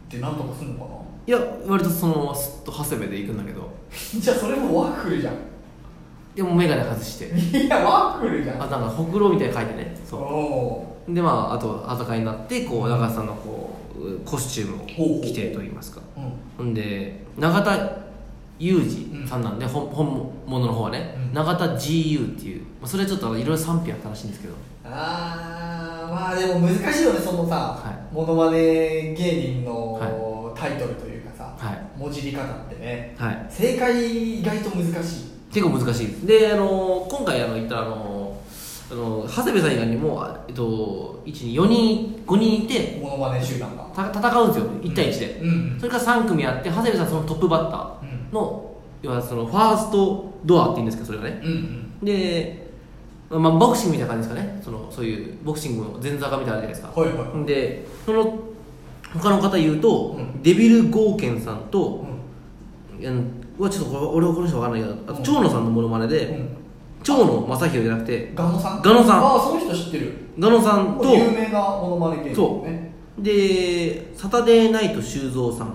てなんとかすんのかない や割とそのままスッと長谷部で行くんだけどじゃあそれもワッフ ルじゃんでも眼鏡外していやワッフルじゃんあなんかほくろみたいに書いてねそおうでまああと裸になってこう永田さんのこうコスチュームを着てといいますかーうんほんで永田裕二さんなんで、本本物の方はね、うん永田 GU っていう、まあ、それはちょっとあのいろいろ賛否あったらしいんですけどあーまあでも難しいよねそのさはモノマネ芸人のタイトルというかさはい文字り方ってねはい正解意外と難しい結構難しいですであの今回あの言ったあのあの長谷部さん以外にも、あえっと、124人5人いてモノマネ集団がた戦うんですよ1対1で、うんそれから3組あって長谷部さんそのトップバッタうんーの要はそのファーストドアっていうんですけどそれがねうんうんで、まあ、ボクシングみたいな感じですかねそのそういうボクシングの前座がみたいなのあるじゃないですかはいはいでその他の方言うと、うんデビル・ゴーケンさんうと、んうん、うわちょっとこれ俺はこの人わかんないけどあうとん蝶野さんのモノマネで、うん蝶野正宏じゃなくてガノさんガノさんああその人知ってるガノさんと有名なモノマネ芸人ねでサタデーナイト修造さん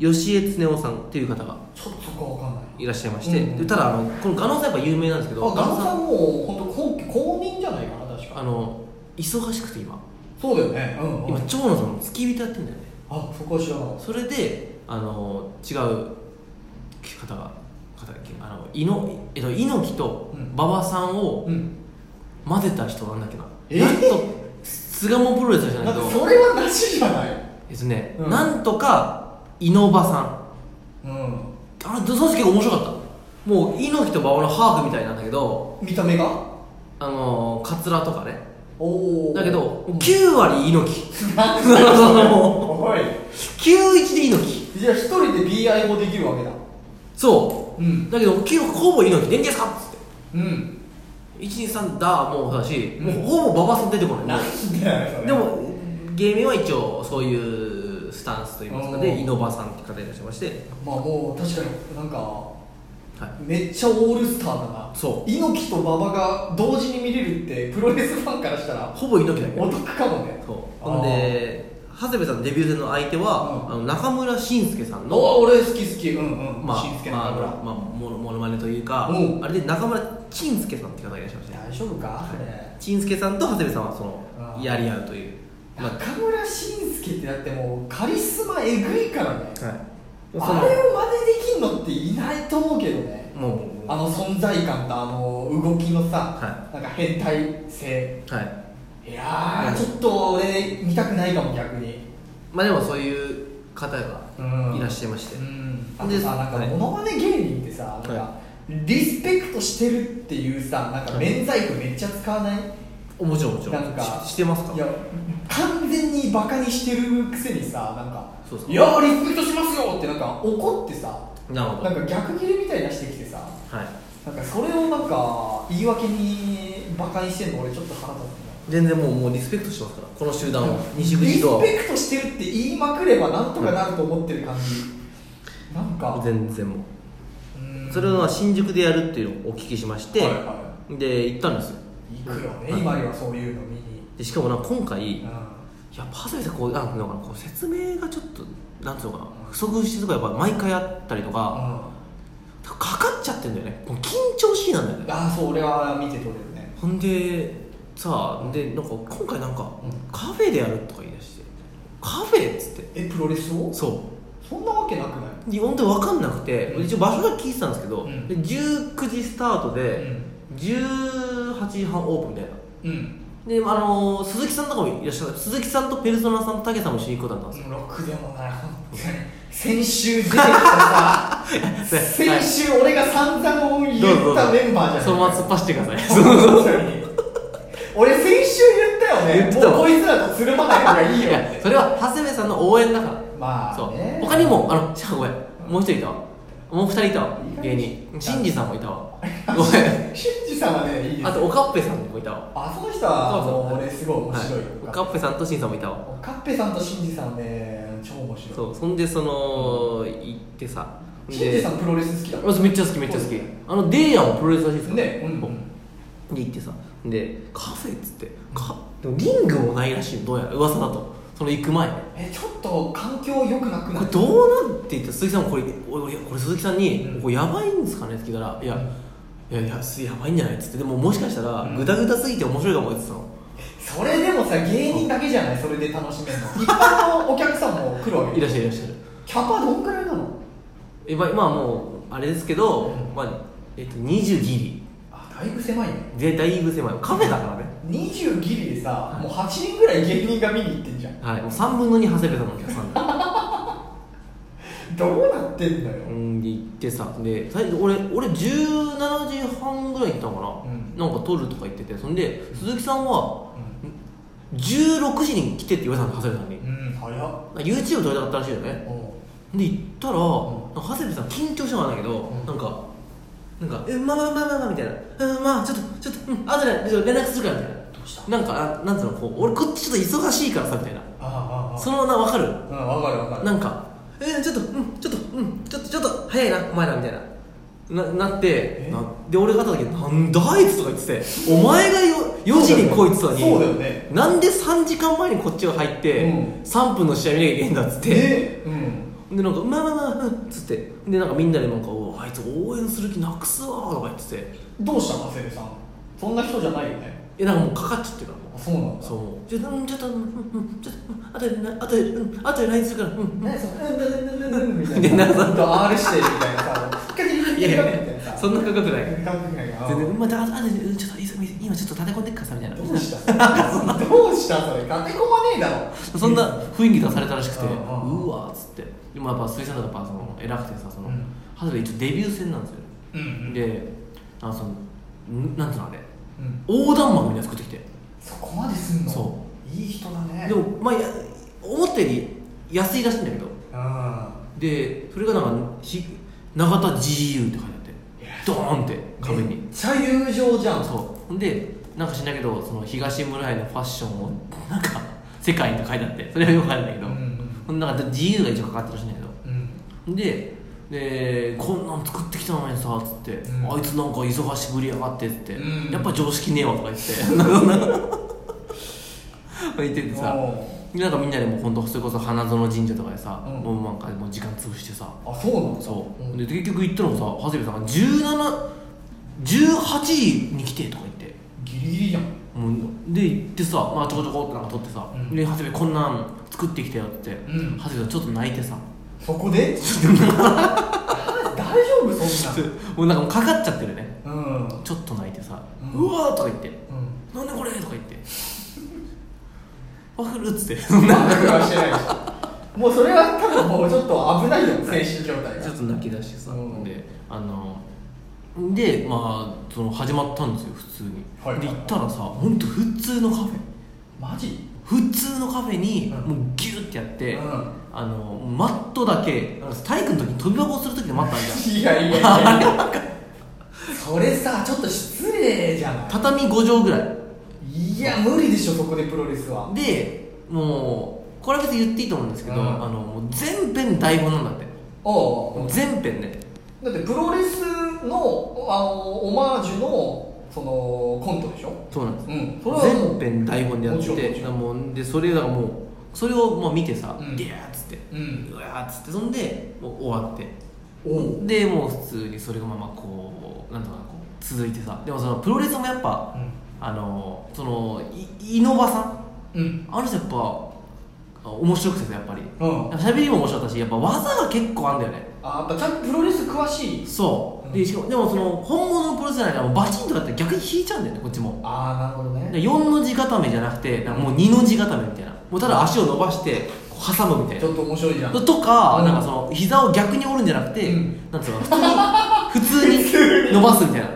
吉江恒夫さんっていう方がちょっとそこはわかんないいらっしゃいまして、うんうんでただあのこのガノさんやっぱ有名なんですけどあガノさんんもう本当公公認じゃないかな確あかの忙しくて今そうだよねうん、うん、今蝶野さんの付き人やってんだよねあそこは知らなかっそれであの違う方が方だっけあのいの、えっと、猪木とうん馬場さんをたうん混ぜた人なんだっけな、えなんと菅もプロレスじゃなないんけかどそれはなしじゃないえっとね、うんなんとか猪馬さんうんあれその人結構面白かったもう猪木と馬場のハーフみたいなんだけど見た目があのカツラとかねおおだけど9割猪 木なんそのそのもおいう91で猪木じゃあ一人で BI もできるわけだそううんだけど9ほぼ猪木電気ですかっつってうん123だもうだし、うんもうほぼ馬場さん出てこないなんだよそれでも芸名は一応そういうスタンスといいますかおでーイノバさんって方いらっしゃいまして、まあもう確かになんかはい、めっちゃオールスターだなそう猪木と馬場が同時に見れるってプロレスファンからしたらほぼ猪木だけおど得かもねそうあーほんで長谷部さんのデビュー戦の相手は、うんあの中村慎介さんああの俺好き好きうんうんまあしんすけのまあ油まあものものまねというかうんあれで中村慎介さんって方がいらっしゃいまして大丈夫かそれ慎介さんと長谷部さんはそのあーやり合うというまあ中村慎介ってだってもうカリスマえぐいからねはいそのあれを真似できんのっていないと思うけどねもうもうあの存在感とあの動きのさはなんか変態性はいいやーちょっと俺見たくないかも逆にまあでもそういう方がいらっしゃいまして、うんあとでさなんかはいモノマネ芸人ってさ、なんかはリスペクトしてるっていうさなんかはい免罪符めっちゃ使わない、おもちろんもちろんなんかししてますかいや完全にバカにしてるくせにさなんかそうそういやーリスペクトしますよってなんか怒ってさなるほどなんか逆切れみたいに出してきてさはいなんかそれをなんか言い訳にバカにしてんの俺ちょっと腹立つね全然もうもうリスペクトしてますからこの集団を西口ドアをリスペクトしてるって言いまくればなんとかなると思ってる感じ、なんか全然もうんうそれをまあ新宿でやるっていうのをお聞きしまして、はいはいで行ったんですよ行くよね、はい今にはそういうの見に、でしかもなんか今回、うんやっぱ長谷部さんこうなんていうのかなこう説明がちょっとなんていうのかな不足してるとかやっぱ毎回あったりとか、かかっちゃってんだよねもう緊張しいなんだよねああそう俺は見て取れるねほんでさあでなんか今回なんか、うんカフェでやるとか言い出してカフェっつってえプロレスをそそんなわけなくないうで本当に分かんなくて、うん一応場所が聞いてたんですけど、うんで19時スタートで、18時半オープンみたいなうんで、あのー鈴木さんとかもいらっしゃる鈴木さんとペルソナさんと武さんも一緒に行くことだったんですよろくでもない本当に先週出てきたさ先週俺が散々言ったメンバーじゃないそのまま突っ走ってください本当に俺先週言ったよ言っねてたもうこいつらとつるまない方がいいいよっやてそれは長谷部さんの応援だからまそあうね他にもあのじゃあごめんもう一人いたわもう二人いたわいい感じ芸人シンジさんもいたわごめしんじさんはねいいでんすあとおかっぺさんもいたわあその人はもう俺すごい面白いよ、おかっぺさんとしんさんもいたわおかっぺさんとしんじさんね超面白いそうそんでその行ってさでしんじさんプロレス好きだもんあそうめっちゃ好きめっちゃ好きあのデーヤンもプロレスらしいですからねうんで行ってさでカフェっつってかでもリングもないらしいのどうやら噂だとその行く前えちょっと環境良くなくこなれいどうなっていって鈴木さんもこれおいおいこれ鈴木さんにう「んこれやばいんですかね?」って聞いたら「いやいやいやすやばいんじゃない?」っつってでももしかしたらうんグダグダすぎて面白いかもって言ってたそのれでもさ芸人だけじゃないそれで楽しめるの一般のお客さんも来るわけいらっしゃるいらっしゃるキャパどんくらいなのえまあ今はもうあれですけど、うんまあえっと、20ギリあだいぶ狭いねでだいぶ狭いカフェだからね20ギリでさ、はいもう8人ぐらい芸人が見に行ってんじゃんはいもう3分の2長谷部さんのお客さ んだどうなってんだよ、うんで行ってさで最初俺俺17時半ぐらい行ったのかな、うんなんか撮るとか言っててそんで鈴木さんは16時に来てって言われたの長谷部さんに、うん、うん、早っまあ YouTube 撮りたかったらしいよねおで行ったら、ん長谷部さん緊張してたんだけど、うんなんかなんか「えまあまあまあまあまあ」みたいな「うんまあちょっとちょっと、うん、後でちょっと連絡するから」みたいなうどうしたなんかあなんつうのこう俺こっちちょっと忙しいからさみたいなあああああそのな分かるうんわかるわかるなんか「えー、ちょっとうんちょっとうんちょっとちょっと早いなお前ら」みたいなななってえなで俺が会った時「なんだあいつ」とか言ってて「お前がよ4時に来い」って言ってたそうだのよに、ねなんで3時間前にこっちが入って、うん3分の試合見なきゃいけないんだっつって、ねうんでなんか「まあまあまあうん」っつってでなんかみんなでなんか「おうあいつ応援する気なくすわ」とか言っててどうした長谷部さんそんな人じゃないよねえなんかもうかかっちゃってるからもあそうなんうだそうちょっとうんちょっとうんうんちょっとあとであとでうんあとで LINE するからうんねそのうんうんうんうんうんみたでいななんかほんと R してるみたいなさ一回でいやみいやたいなさそんな価格ない全然関係ないから全然うんまたあとあとでうんちょっといいです今ちょっと立て込んでっからさみたい などうしたどうしたそれ立て込まねえだろそんな雰囲気出されたらしくて、ううんうんわーっつってでもやっぱ水産だとやっぱその偉くてさその、うんハズレ一応デビュー戦なんですよ、うんうんであのそのんなんつうのあれうん横断幕みたいなの作ってきて、そこまですんのそいい人だねでもまあや思ったより安いらしいんだけどうんでそれがなんかひ永田 GU って書いてあってドーンって壁めっにちゃ友情じゃんそうほんでなんかしないけどその東村へのファッションをなんか世界って書いてあってそれはよくわかんないけど、うんうんほんでなんか GU が一応かかってるらしいんだけどうんででこんなん作ってきたのにさっつって、うんあいつなんか忙しぶりやがってっつって、うんやっぱ常識ねえわとか言って なんか言っててさおなんかみんなでもう本当それこそ花園神社とかでさ、うんもうなんかもう時間潰してさあそうなんだそう、うんで結局行ったのもさ長谷部さんが1718時に来てとか言ってギリギリじゃんもうで行ってさ、まあ、ちょこちょこってなんか撮ってさ、うんで長谷部こんなん作ってきたよって言って、うん長谷部さんちょっと泣いてさ そこで大丈夫そんもうなんかもうかかっちゃってるねなうんちょっと泣いてさ「ううんわ!」とか言ってうん「なんだこれ!」とか言って「わかる!」っつって 納得はしてないしもうそれは多分もうちょっと危ないよ精神状態がちょっと泣き出してさ、うんであのでまあその始まったんですよ普通に、はいはいではい行ったらさ本当普通のカフェマジ普通のカフェにうんもうギューってやって、うんあのマットだけなんか体育の時に飛び箱をする時のマットあるじゃんいやいやいや それさちょっと失礼じゃな畳5畳ぐらいいいや無理でしょそこでプロレスはでもうこれは別に言っていいと思うんですけど、うんあのもう全編台本なんだっておう全編ねだってプロレスのあのオマージュのそのコントでしょそうなんです、うんそれはもう全編台本でやっもちろんもてちろんもうでそれだからもうそれをまあ見てさ「うんギャー」っつって「うんうわー」っつってそんでもう終わっておうでもう普通にそれがままこうなんとかこう続いてさでもそのプロレスもやっぱ、うんあのそのい稲葉さんうんあの人やっぱ面白くてさやっぱりうん喋りも面白かったしやっぱ技が結構あんだよねあやっぱちゃんとプロレス詳しいそううでんしかもでもその本物のプロレスじゃないからもうバチンとだって逆に引いちゃうんだよねこっちもああなるほどね4の字固めじゃなくてなんかもう2の字固めみたいなもうただ足を伸ばしてこう挟むみたいちょっと面白いじゃんなとか、うんなんかその膝を逆に折るんじゃなくて、うんなんつうの普通に普通に伸ばすみたいな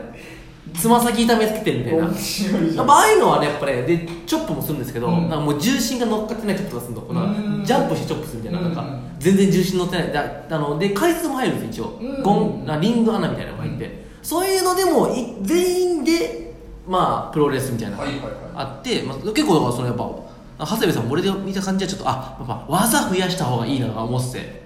つま先痛めつけてるみたいな面白いじやゃっんぱああいうのはねやっぱねでチョップもするんですけど、うんなんかもう重心が乗っかってないチョップとかするのこのうんジャンプしてチョップするみたいななんうかん全然重心乗ってないだあので回数も入るんですよ一う応んゴンなリング穴みたいなのが入って、うんそういうのでもい全員でまあプロレスみたいなのがはいはいはいあって、まあ、結構だからそのやっぱ長谷部さんも俺で見た感じはちょっとあやっぱ技増やした方がいいなと思ってて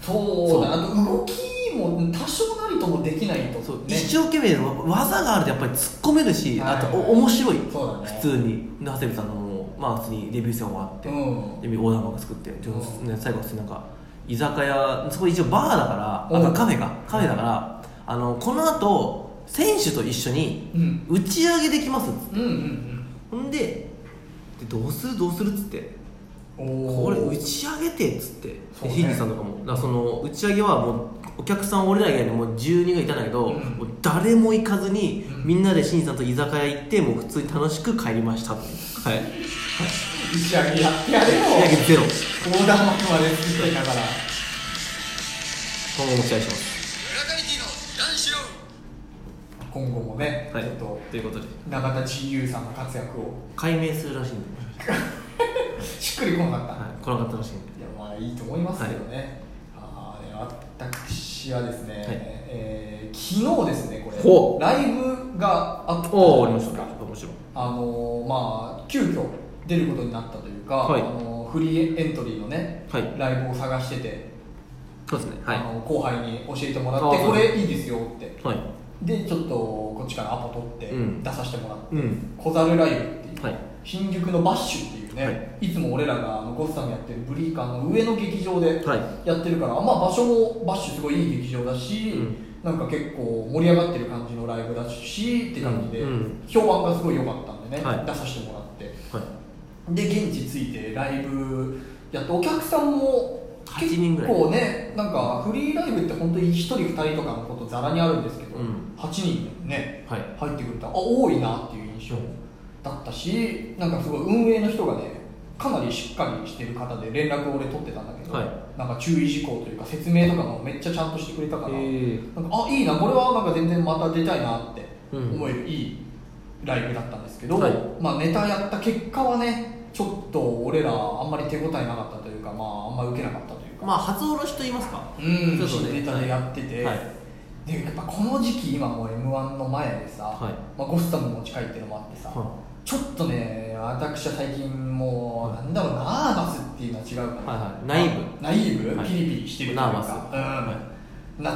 そうだなあと動きも多少なりともできないとそう、ね一生懸命技があるとやっぱり突っ込めるし、はいあとお面白い、そうだね普通にで長谷部さんのもまあ普通にデビュー戦終わって、うんで横断幕作ってちょっとうんね最後普通になんか居酒屋そこ一応バーだからうあんかカフェかカフェだからあのこの後選手と一緒にうん打ち上げできますうんうんほんででどうするどうするっつってうんおこれ打ちち上げてっつってそうでねヒンジさんとかもだからその打ち上げはもうお客さん俺ら以外にもう10人がいたんだけど、うんもう誰も行かずに、うんみんなでシンジさんと居酒屋行ってもう普通に楽しく帰りましたっては打いち上げやってやれよ打ち上げゼロ横断幕まで作ってたから今後も期待してます村上 T の男子ロー今後もね、はいちょっとということで永田千優さんの活躍を解明するらしいんで、しっくりこなかった、はい、来なかったらしいんでいやまあいいと思いますけどね、ああーね私はですね、いえー昨日ですねこれほうライブがあったじおおゃありないでましすたかもちろんあのーまあ急遽出ることになったというか、はいあのーフリーエントリーのね、はいライブを探してて、そうですねはいあの後輩に教えてもらあっーてこれいいですよってはいでちょっとこっちからアポ取ってうん出させてもらって、うん小猿ライブっていう、はい新宿のバッシュっていうね、、はいつも俺らがあのゴッサムやってるブリーカーの上の劇場ではやってるから、まあ、場所もバッシュすごいいい劇場だし、うんなんか結構盛り上がってる感じのライブだしって感じで、うんうん評判がすごい良かったんでね、はい出させてもらってはいで現地着いてライブやってお客さんも8結人ぐらい構ねなんかフリーライブって本当に1人2人とかのことざらにあるんですけど、うん8人ねはい入ってくれたあ多いなっていう印象だったしなんかすごい運営の人がねかなりしっかりしてる方で連絡を俺取ってたんだけど、はいなんか注意事項というか説明とかもめっちゃちゃんとしてくれたから、えなんかあいいなこれはなんか全然また出たいなってうん思える、いいライブだったんですけど、はいまあ、ネタやった結果はねちょっと俺らあんまり手応えなかったというか、まあ、あんま受けなかったというか、まあ初おろしと言いますかうん、ちょっとね新ネタでやってて、はいでやっぱこの時期今もう m 1の前でさ、はいまあ、ゴッサムも近いっていうのもあってさ、はちょっとね私は最近もうなんだろうなナーバスっていうのは違うかな、はいはいナイーナイーブ、はいピリピリしてるというかナーバスうんは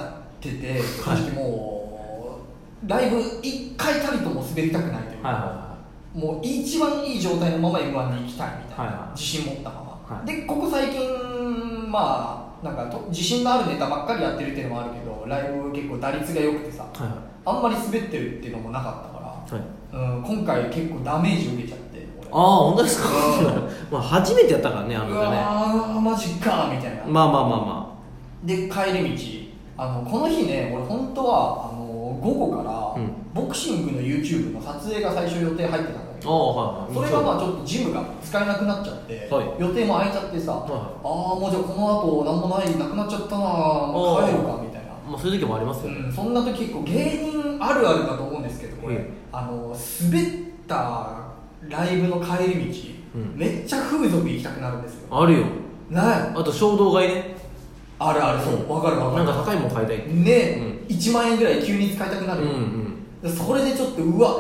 なってて正直もう、ライブ一回たりとも滑りたくないというか、はいはもう一番いい状態のまま m 1に行きたいみたいな、はいはい自信持ったまま、はいでここ最近まあなんかと自信のあるネタばっかりやってるっていうのもあるけどライブ結構打率が良くてさいはいあんまり滑ってるっていうのもなかったかはいはいら、うん、今回結構ダメージ受けちゃって俺ああ本当ですかう まあ初めてやったからねあのう歌ねわーマジかみたいな、まあまあまあまで帰り道あのこの日ね俺本当はあの午後から、うんボクシングの YouTube の撮影が最初予定入ってたんだけああどはいはいそれがまあちょっとジムが使えなくなっちゃって、はい予定も空いちゃってさ、はあいあもうじゃあこの後何もないなくなっちゃったなもう帰るかみたいな、まあそういう時もありますよねうん、そんな時結構芸人あるあるだと思うんですけどこれ、うんあの滑ったライブの帰り道、うんめっちゃ風俗行きたくなるんですよあるよないあと衝動買いねあるあるそうわかるわかなるんか高いもん買いたいね、う1万円ぐらい急に使いたくなうるんう、んそれでちょっとうわ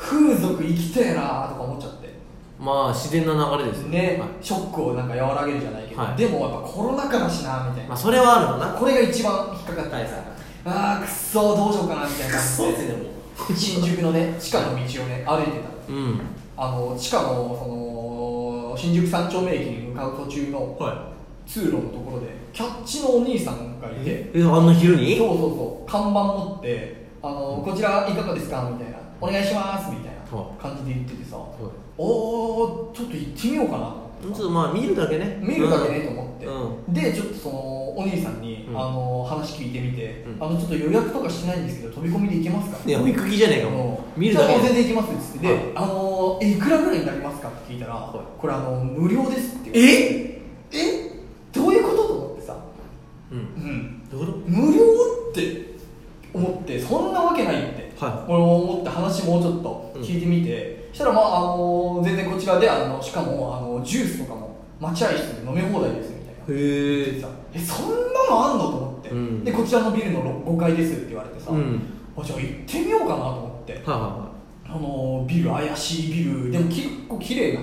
風俗行きたいなとか思っちゃってまあ自然な流れですよね、はいショックをなんか和らげるじゃないけど、はいでもやっぱコロナ禍だしなみたいまな、あそれはあるわなこれが一番引っかかったやつだあーくっそーどうしようかなみたいな感じで新宿のね地下の道をね歩いてうんたあの地下のその新宿三丁目駅に向かう途中のは通路のところでキャッチのお兄さんがいて、えあんな昼にそうそうそう看板持ってあのこちらいかがですかみたいなお願いしますみたいなは感じで言っててさ、いおーちょっと行ってみようかなと思ってちょっとまあ見るだけね見るだけねと思って、うでちょっとそのお兄さんに、うんあの話聞いてみて、うんあのちょっと予約とかしないんですけど飛び込みで行けますかんいやもう行く気じゃねえかもう見るだじゃあもう全け然行けますっつってで、はいあのえいくらぐらいになりますかって聞いたら、はいこれあの無料ですって言われてええどういうことと思ってさ、うんうん、どういうこ無料って思ってそんなわけないって、は俺も思って話もうちょっと聞いてみて、したらまあ、あの全然こちらであのしかもあのジュースとかも待合室で飲み放題ですみたいなとへでさえそんなのあんのと思って、うんでこちらのビルの5階ですって言われてさ、うんあじゃあ行ってみようかなと思って、はいはいはいあのビル怪しいビルでも結構綺麗な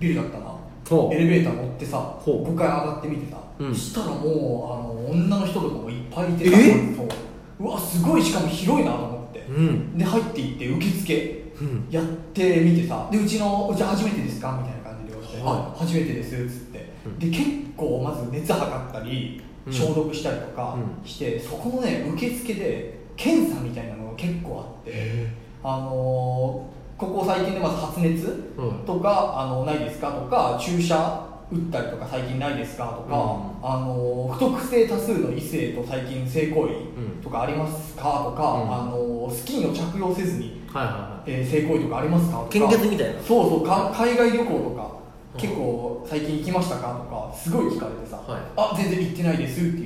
ビルだったなほうエレベーター乗ってさほう5階上がってみてさ、うんしたらもうあの女の人とかもいっぱいいてさえそううわすごいしかも広いなと思って、うんで入っていって受付うんやってみてさでうちの「うち初めてですか?」みたいな感じで言われて「はあ初めてです」っつって、うんで結構まず熱測ったりうん消毒したりとかうして、そこのね受付で検査みたいなのが結構あってへあのーここ最近でまず発熱うんとか、あのないですかとか注射打ったりとか最近ないですかとか、うんあの不特定多数の異性と最近性行為とかありますかとか、うんあのスキンを着用せずにはいはいはえいー性行為とかありますかとか献血みたいなそうそうか海外旅行とかうん結構最近行きましたかとかすごい聞かれてさ、はいあ全然行ってないですって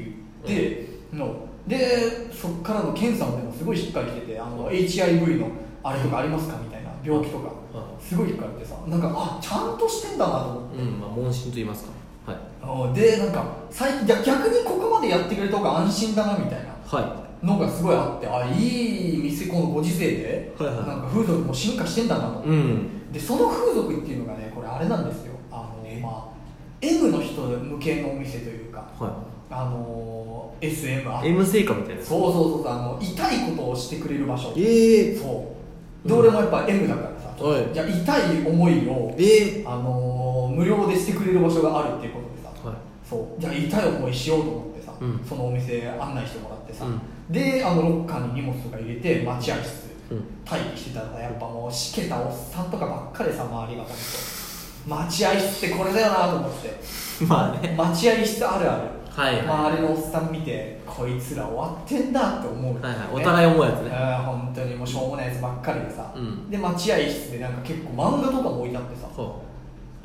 言って、のでそっからの検査もでもすごいしっかりしててあの HIV のあれとかありますかみたいな病気とかうすごい聞かれてさなんかあちゃんとしてんだなと思って。うんまあ問診と言いますかはいあでなんか最近逆逆にここまでやってくれた方が安心だなみたいなはのがすごいあってあいい店このご時世で、はいはいなんか風俗も進化してんだなと思っていうんでその風俗っていうのがねこれあれなんですよあの、まあ、M の人向けのお店というかはあの SM あい M 成果みたいなそうそうそうそうあの痛いことをしてくれる場所ええそううでん俺もやっぱ M だからさ、はいじゃあ痛い思いを、ええあの無料でしてくれる場所があるっていうことでさ、はいそうじゃあ痛い思いしようと思ってさ、うんそのお店案内してもらってさ、うんであのロッカーに荷物とか入れて待合室、うん待機してたらやっぱもうしけたおっさんとかばっかりさ周りが本当待合室ってこれだよなと思って まあね待合室あるあるはいはい周りのおっさん見てこいつら終わってんだって思う、はいはいお互い思うやつねうん本当にもうしょうもないやつばっかりでさ、うんで待合室でなんか結構漫画とかも置いてあってさそう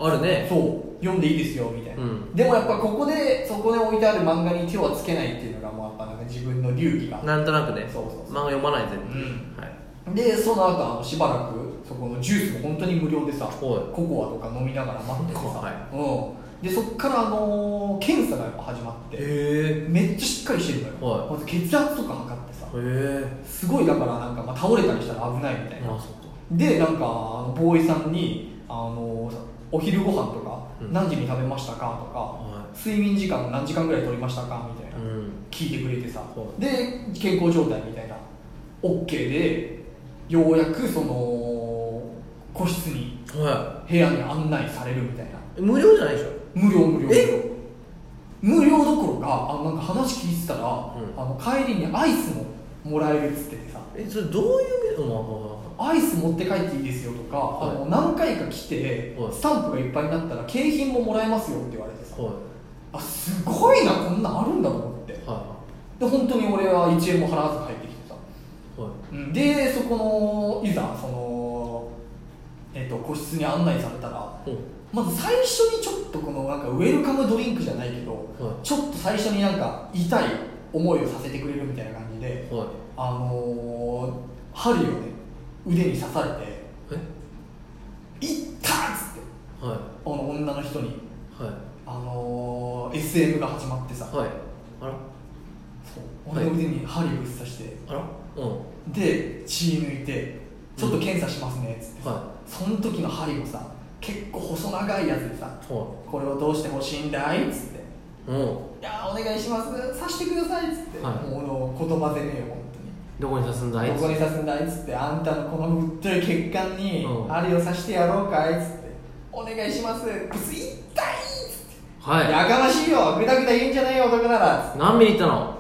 あるねそう読んでいいですよみたいな、うんでもやっぱここでそこで置いてある漫画に手はつけないっていうのがもうやっぱなんか自分の流儀がなんとなくねそうそうそう漫画読まないでんはいでその後あのしばらくそこのジュースも本当に無料でさはいココアとか飲みながら待っててさ、うん、でそっから、あのー検査がやっぱ始まってへえめっちゃしっかりしてるのよ、はいまず血圧とか測ってさへえすごいだからなんか、まあ、倒れたりしたら危ないみたいな、まあそっかでなんかあのボーイさんに、あのーお昼ご飯とか、うん何時に食べましたか?」とか、は睡眠時間何時間ぐらい取りましたか?」みたいな、うん聞いてくれてさ、はいで健康状態みたいな OK でようやくその個室には部屋に案内されるみたいない無料じゃないでしょ無料無料え無料どころかあのなんか話聞いてたら、んあの帰りにアイスももらえるっつっててさえそれどういうまあはアイス持って帰っていいですよとか、はいあの何回か来て、はいスタンプがいっぱいになったら景品ももらえますよって言われてさいはいあすごいなこんなんあるんだと思ってでは本当に俺は1円も払わず帰ってきてさいはいうんでそこのいざその、えっと個室に案内されたらうんまず最初にちょっとこのなんかウェルカムドリンクじゃないけど、はいちょっと最初になんか痛い思いをさせてくれるみたいな感じで、はいあのー、針をね腕に刺されてえ「いった!」っつってはいあの女の人に、はいあのー、SM が始まってさ、はいあらそう俺の腕に針をぶっ刺して、あらうんで血抜いて「ちょっと検査しますね」っつってさ、はいその時の針もさ結構細長いやつでさ「はこれをどうしてほしいんだい?」っつってい「うんいやーお願いします刺してください」っつって、はいもう言葉攻めよ本当に。どこに刺すんだあいつここに刺すんだあいつってあんたのこのぶっとい血管にうん針を刺してやろうかあいつってお願いしますブス痛いっつって、はやかましいよグダグダ言うんじゃないよ男ならい何ミリいったの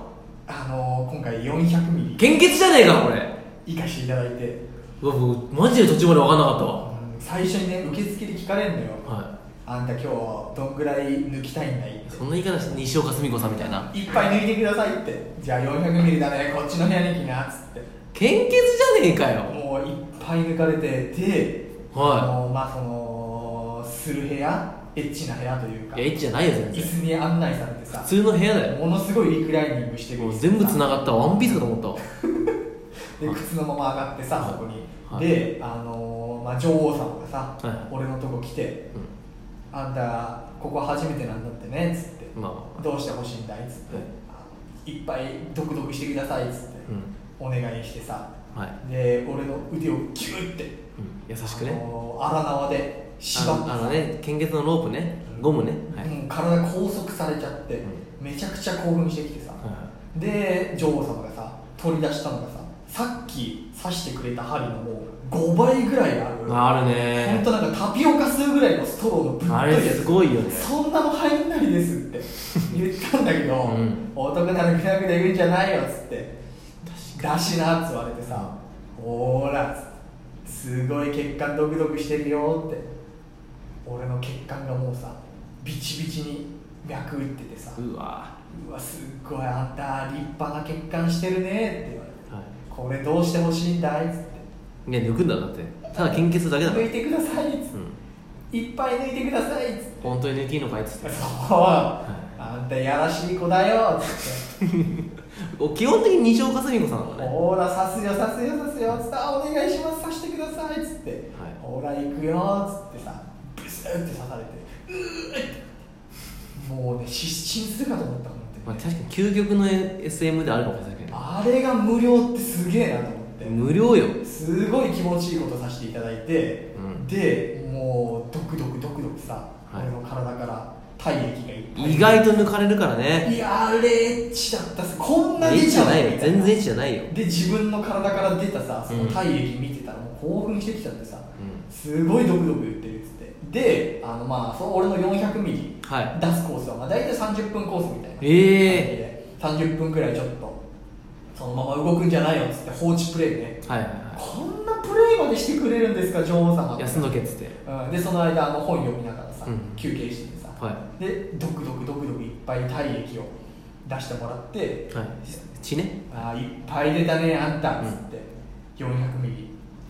あのー、今回400ミ献血じゃねえかこれリ行かしていただいて、うわもうマジで途中まで分かんなかったわうん最初にね受付で聞かれんのよはあんた今日どんぐらい抜きたいんだいってそんな言い方して西岡澄子さんみたいないっぱい抜いてくださいってじゃあ400ミリだねこっちの部屋に来なっつって献血じゃねえかよもういっぱい抜かれてで、はいあのまあそのする部屋エッチな部屋というかいやエッチじゃないよ全椅然子に案内されてさ普通の部屋だよものすごいリクライニングしてるもう全部つなががったワンピースかと思ったわで靴のまま上がってさはいそこに、はいで、あのーまあ、女王様がさ、はい俺のとこ来てう「あんたここ初めてなんだってね」っつってんま「あどうしてほしいんだい」っつっては「いいっぱいドクドクしてください」っつって、お願いしてさまあはい、で俺の腕をギュッてうん、優しあくねのー荒縄であ縛ってのあのね献血のロープねゴムねはい、もう体拘束されちゃって、うめちゃくちゃ興奮してきてさ、はで女王様がさ取り出したのがささっき刺してくれた針のもう5倍ぐらいあるある本ね当なんかタピオカ吸うぐらいのストローのぶっあとれいやすごいよねつそんなの入んないですって 言ったんだけど、うん男なら気なくで言うんじゃないよっつって出しなっつ言われてさほーらっつってすごい血管ドクドクしてるよって俺の血管がもうさビチビチに脈打っててさうわうわすっごいあんた立派な血管してるねって言われてはこれどうしてほしいんだいっつっていね抜くんだだってただ献血だけだから抜いてくださいっつっうんていっぱい抜いてくださいっつって本当に抜いていいのかいっつってそうあんたやらしい子だよっつってお基本的に西岡澄子さんだからねほーら刺すよ刺すよ刺すよつってあお願いします刺してくださいっつって、ほら行くよっつってさブスって刺されてうーってもうね失神するかと思った本当まあ、に、確かに究極の SM であるかもしれないけどあれが無料ってすげえなと思って無料よすごい気持ちいいことさせていただいて、うんでもうドクドクドクドクさ、はい俺の体から体液がいっぱい意外と抜かれるからねいやーレッチだったっすこんなエにッチじゃないよみた全然エッチじゃないよで自分の体から出たさそのうん体液見てたらもう興奮してきちゃってさ、うすごいドクドク言ってるっつってであのまあその俺の400ミリはい出すコースは、まあ、大体30分コースみたいなえ感じで30分くらいちょっとそのまま動くんじゃないよっつって放置プレイねはいはいはこんなプレイまでしてくれるんですか女王様い休んどけっつってうん、でその間あの本読みながらさ、うん休憩しててさ、はでドクドクドクドクいっぱい体液を出してもらってはい血ねあーいっぱい出たねあんたうっんつって、400ミ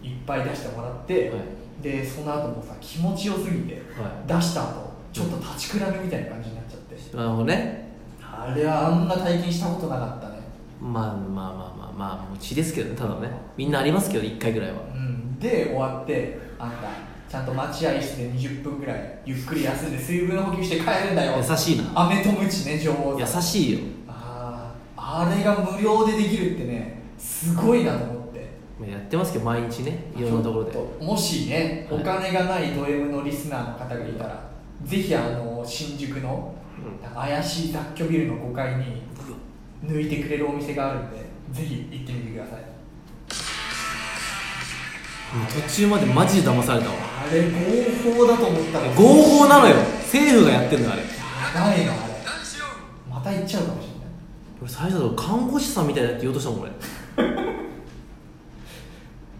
リいっぱい出してもらって、はでその後もさ気持ちよすぎて、は出した後ちょっと立ちくらみみたいな感じになっちゃって、なるほどねあれはあんな体験したことなかったね、まあまあまあまあまあもう血ですけどねただねみんなありますけど1回ぐらいはうん、で終わってあんたちゃんと待合室で20分ぐらいゆっくり休んで水分補給して帰るんだよ優しいな飴とムチね女王優しいよあーあれが無料でできるってねすごいなと思ってやってますけど毎日ねいろんなところちでょっともしねおはい金がないド M のリスナーの方がいたらぜひあの新宿のうんなんか怪しい雑居ビルの5階に抜いてくれるお店があるんでぜひ行ってみてくださいうん途中までマジで騙されたわあれ合法だと思ったら合法なのよ政府がやってんのよあれ長いのあれ男子よまた行っちゃうかもしれない俺最初だと看護師さんみたいだって言おうとしたもん俺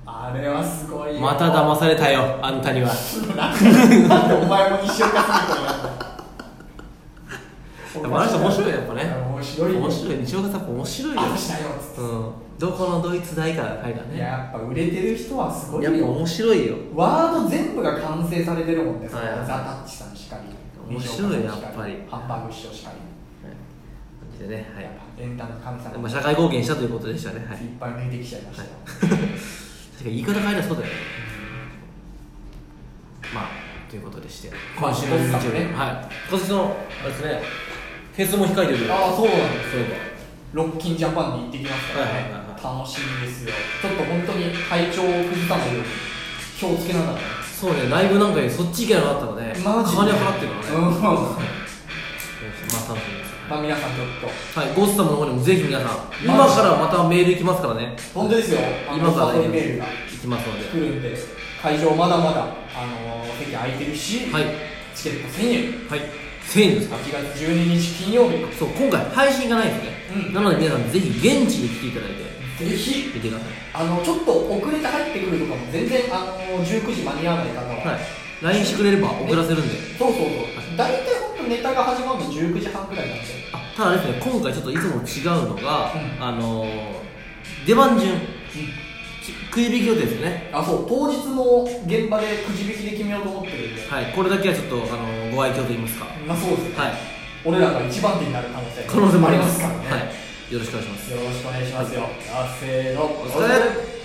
あれはすごいよまた騙されたよあんたにはなんでお前も西岡さんみたいになったでもあの人面白いよやっぱね面白いよ面白い西岡さん面白いよあの人だよっつってうんどこのドイツ大から海外ねややっぱ売れてる人はすごいっぱよ面白いよワード全部が完成されてるもんね、そのはいはいザ・タッチさんしかり面白いね西岡さんしかやっぱりハンバーグ師匠しか感じでねり、はやっいぱエンタの神様まあ社会貢献したということでしたね はいいっぱい抜いてきちゃいましたよ、確かに言い方変えたらそうだよねまあということでしてまあ今週ポのッサム YouTube ねねはい今年のあれですねフェスも控えてるそういえああそうなんだばロッキンジャパンに行ってきますからね、はいはいはい楽しみですよちょっと本当に体調を崩さないように気をつけながらねそうねライブなんかよりそっち行けなかったのねマジで金払ってるからねうんままあ楽しみですあ皆さんちょっとはい、ゴースト様の方にもぜひ皆さん今からまたメールいきますからね本当ですよあの今からサねドリメールがいきますので来るんで会場まだまだ、あのー席空いてるし、はいチケット1000円はい1000円ですか8月12日金曜日そう今回配信がないんですね、うんなので皆さんぜひ現地に来ていただいてぜひ見てくだあさいのちょっと遅れて入ってくるとかも全然、あのー19時間に合わない方は、はい、 LINE してくれれば送らせるんでそうそうそう大体本当ネタが始まるの19時半くらいなんであただですね今回ちょっといつも違うのが、うんあのー出番順き食い引き予定ですねあそう当日の現場でくじ引きで決めようと思ってるんで、はいこれだけはちょっと、あのーご愛嬌と言いますかまあそうですね、はい俺らが一番手になる可能性可能性もありますからね、はい、よろしくお願いしますよろしくお願いしますよ、あせーのお疲れ疲れ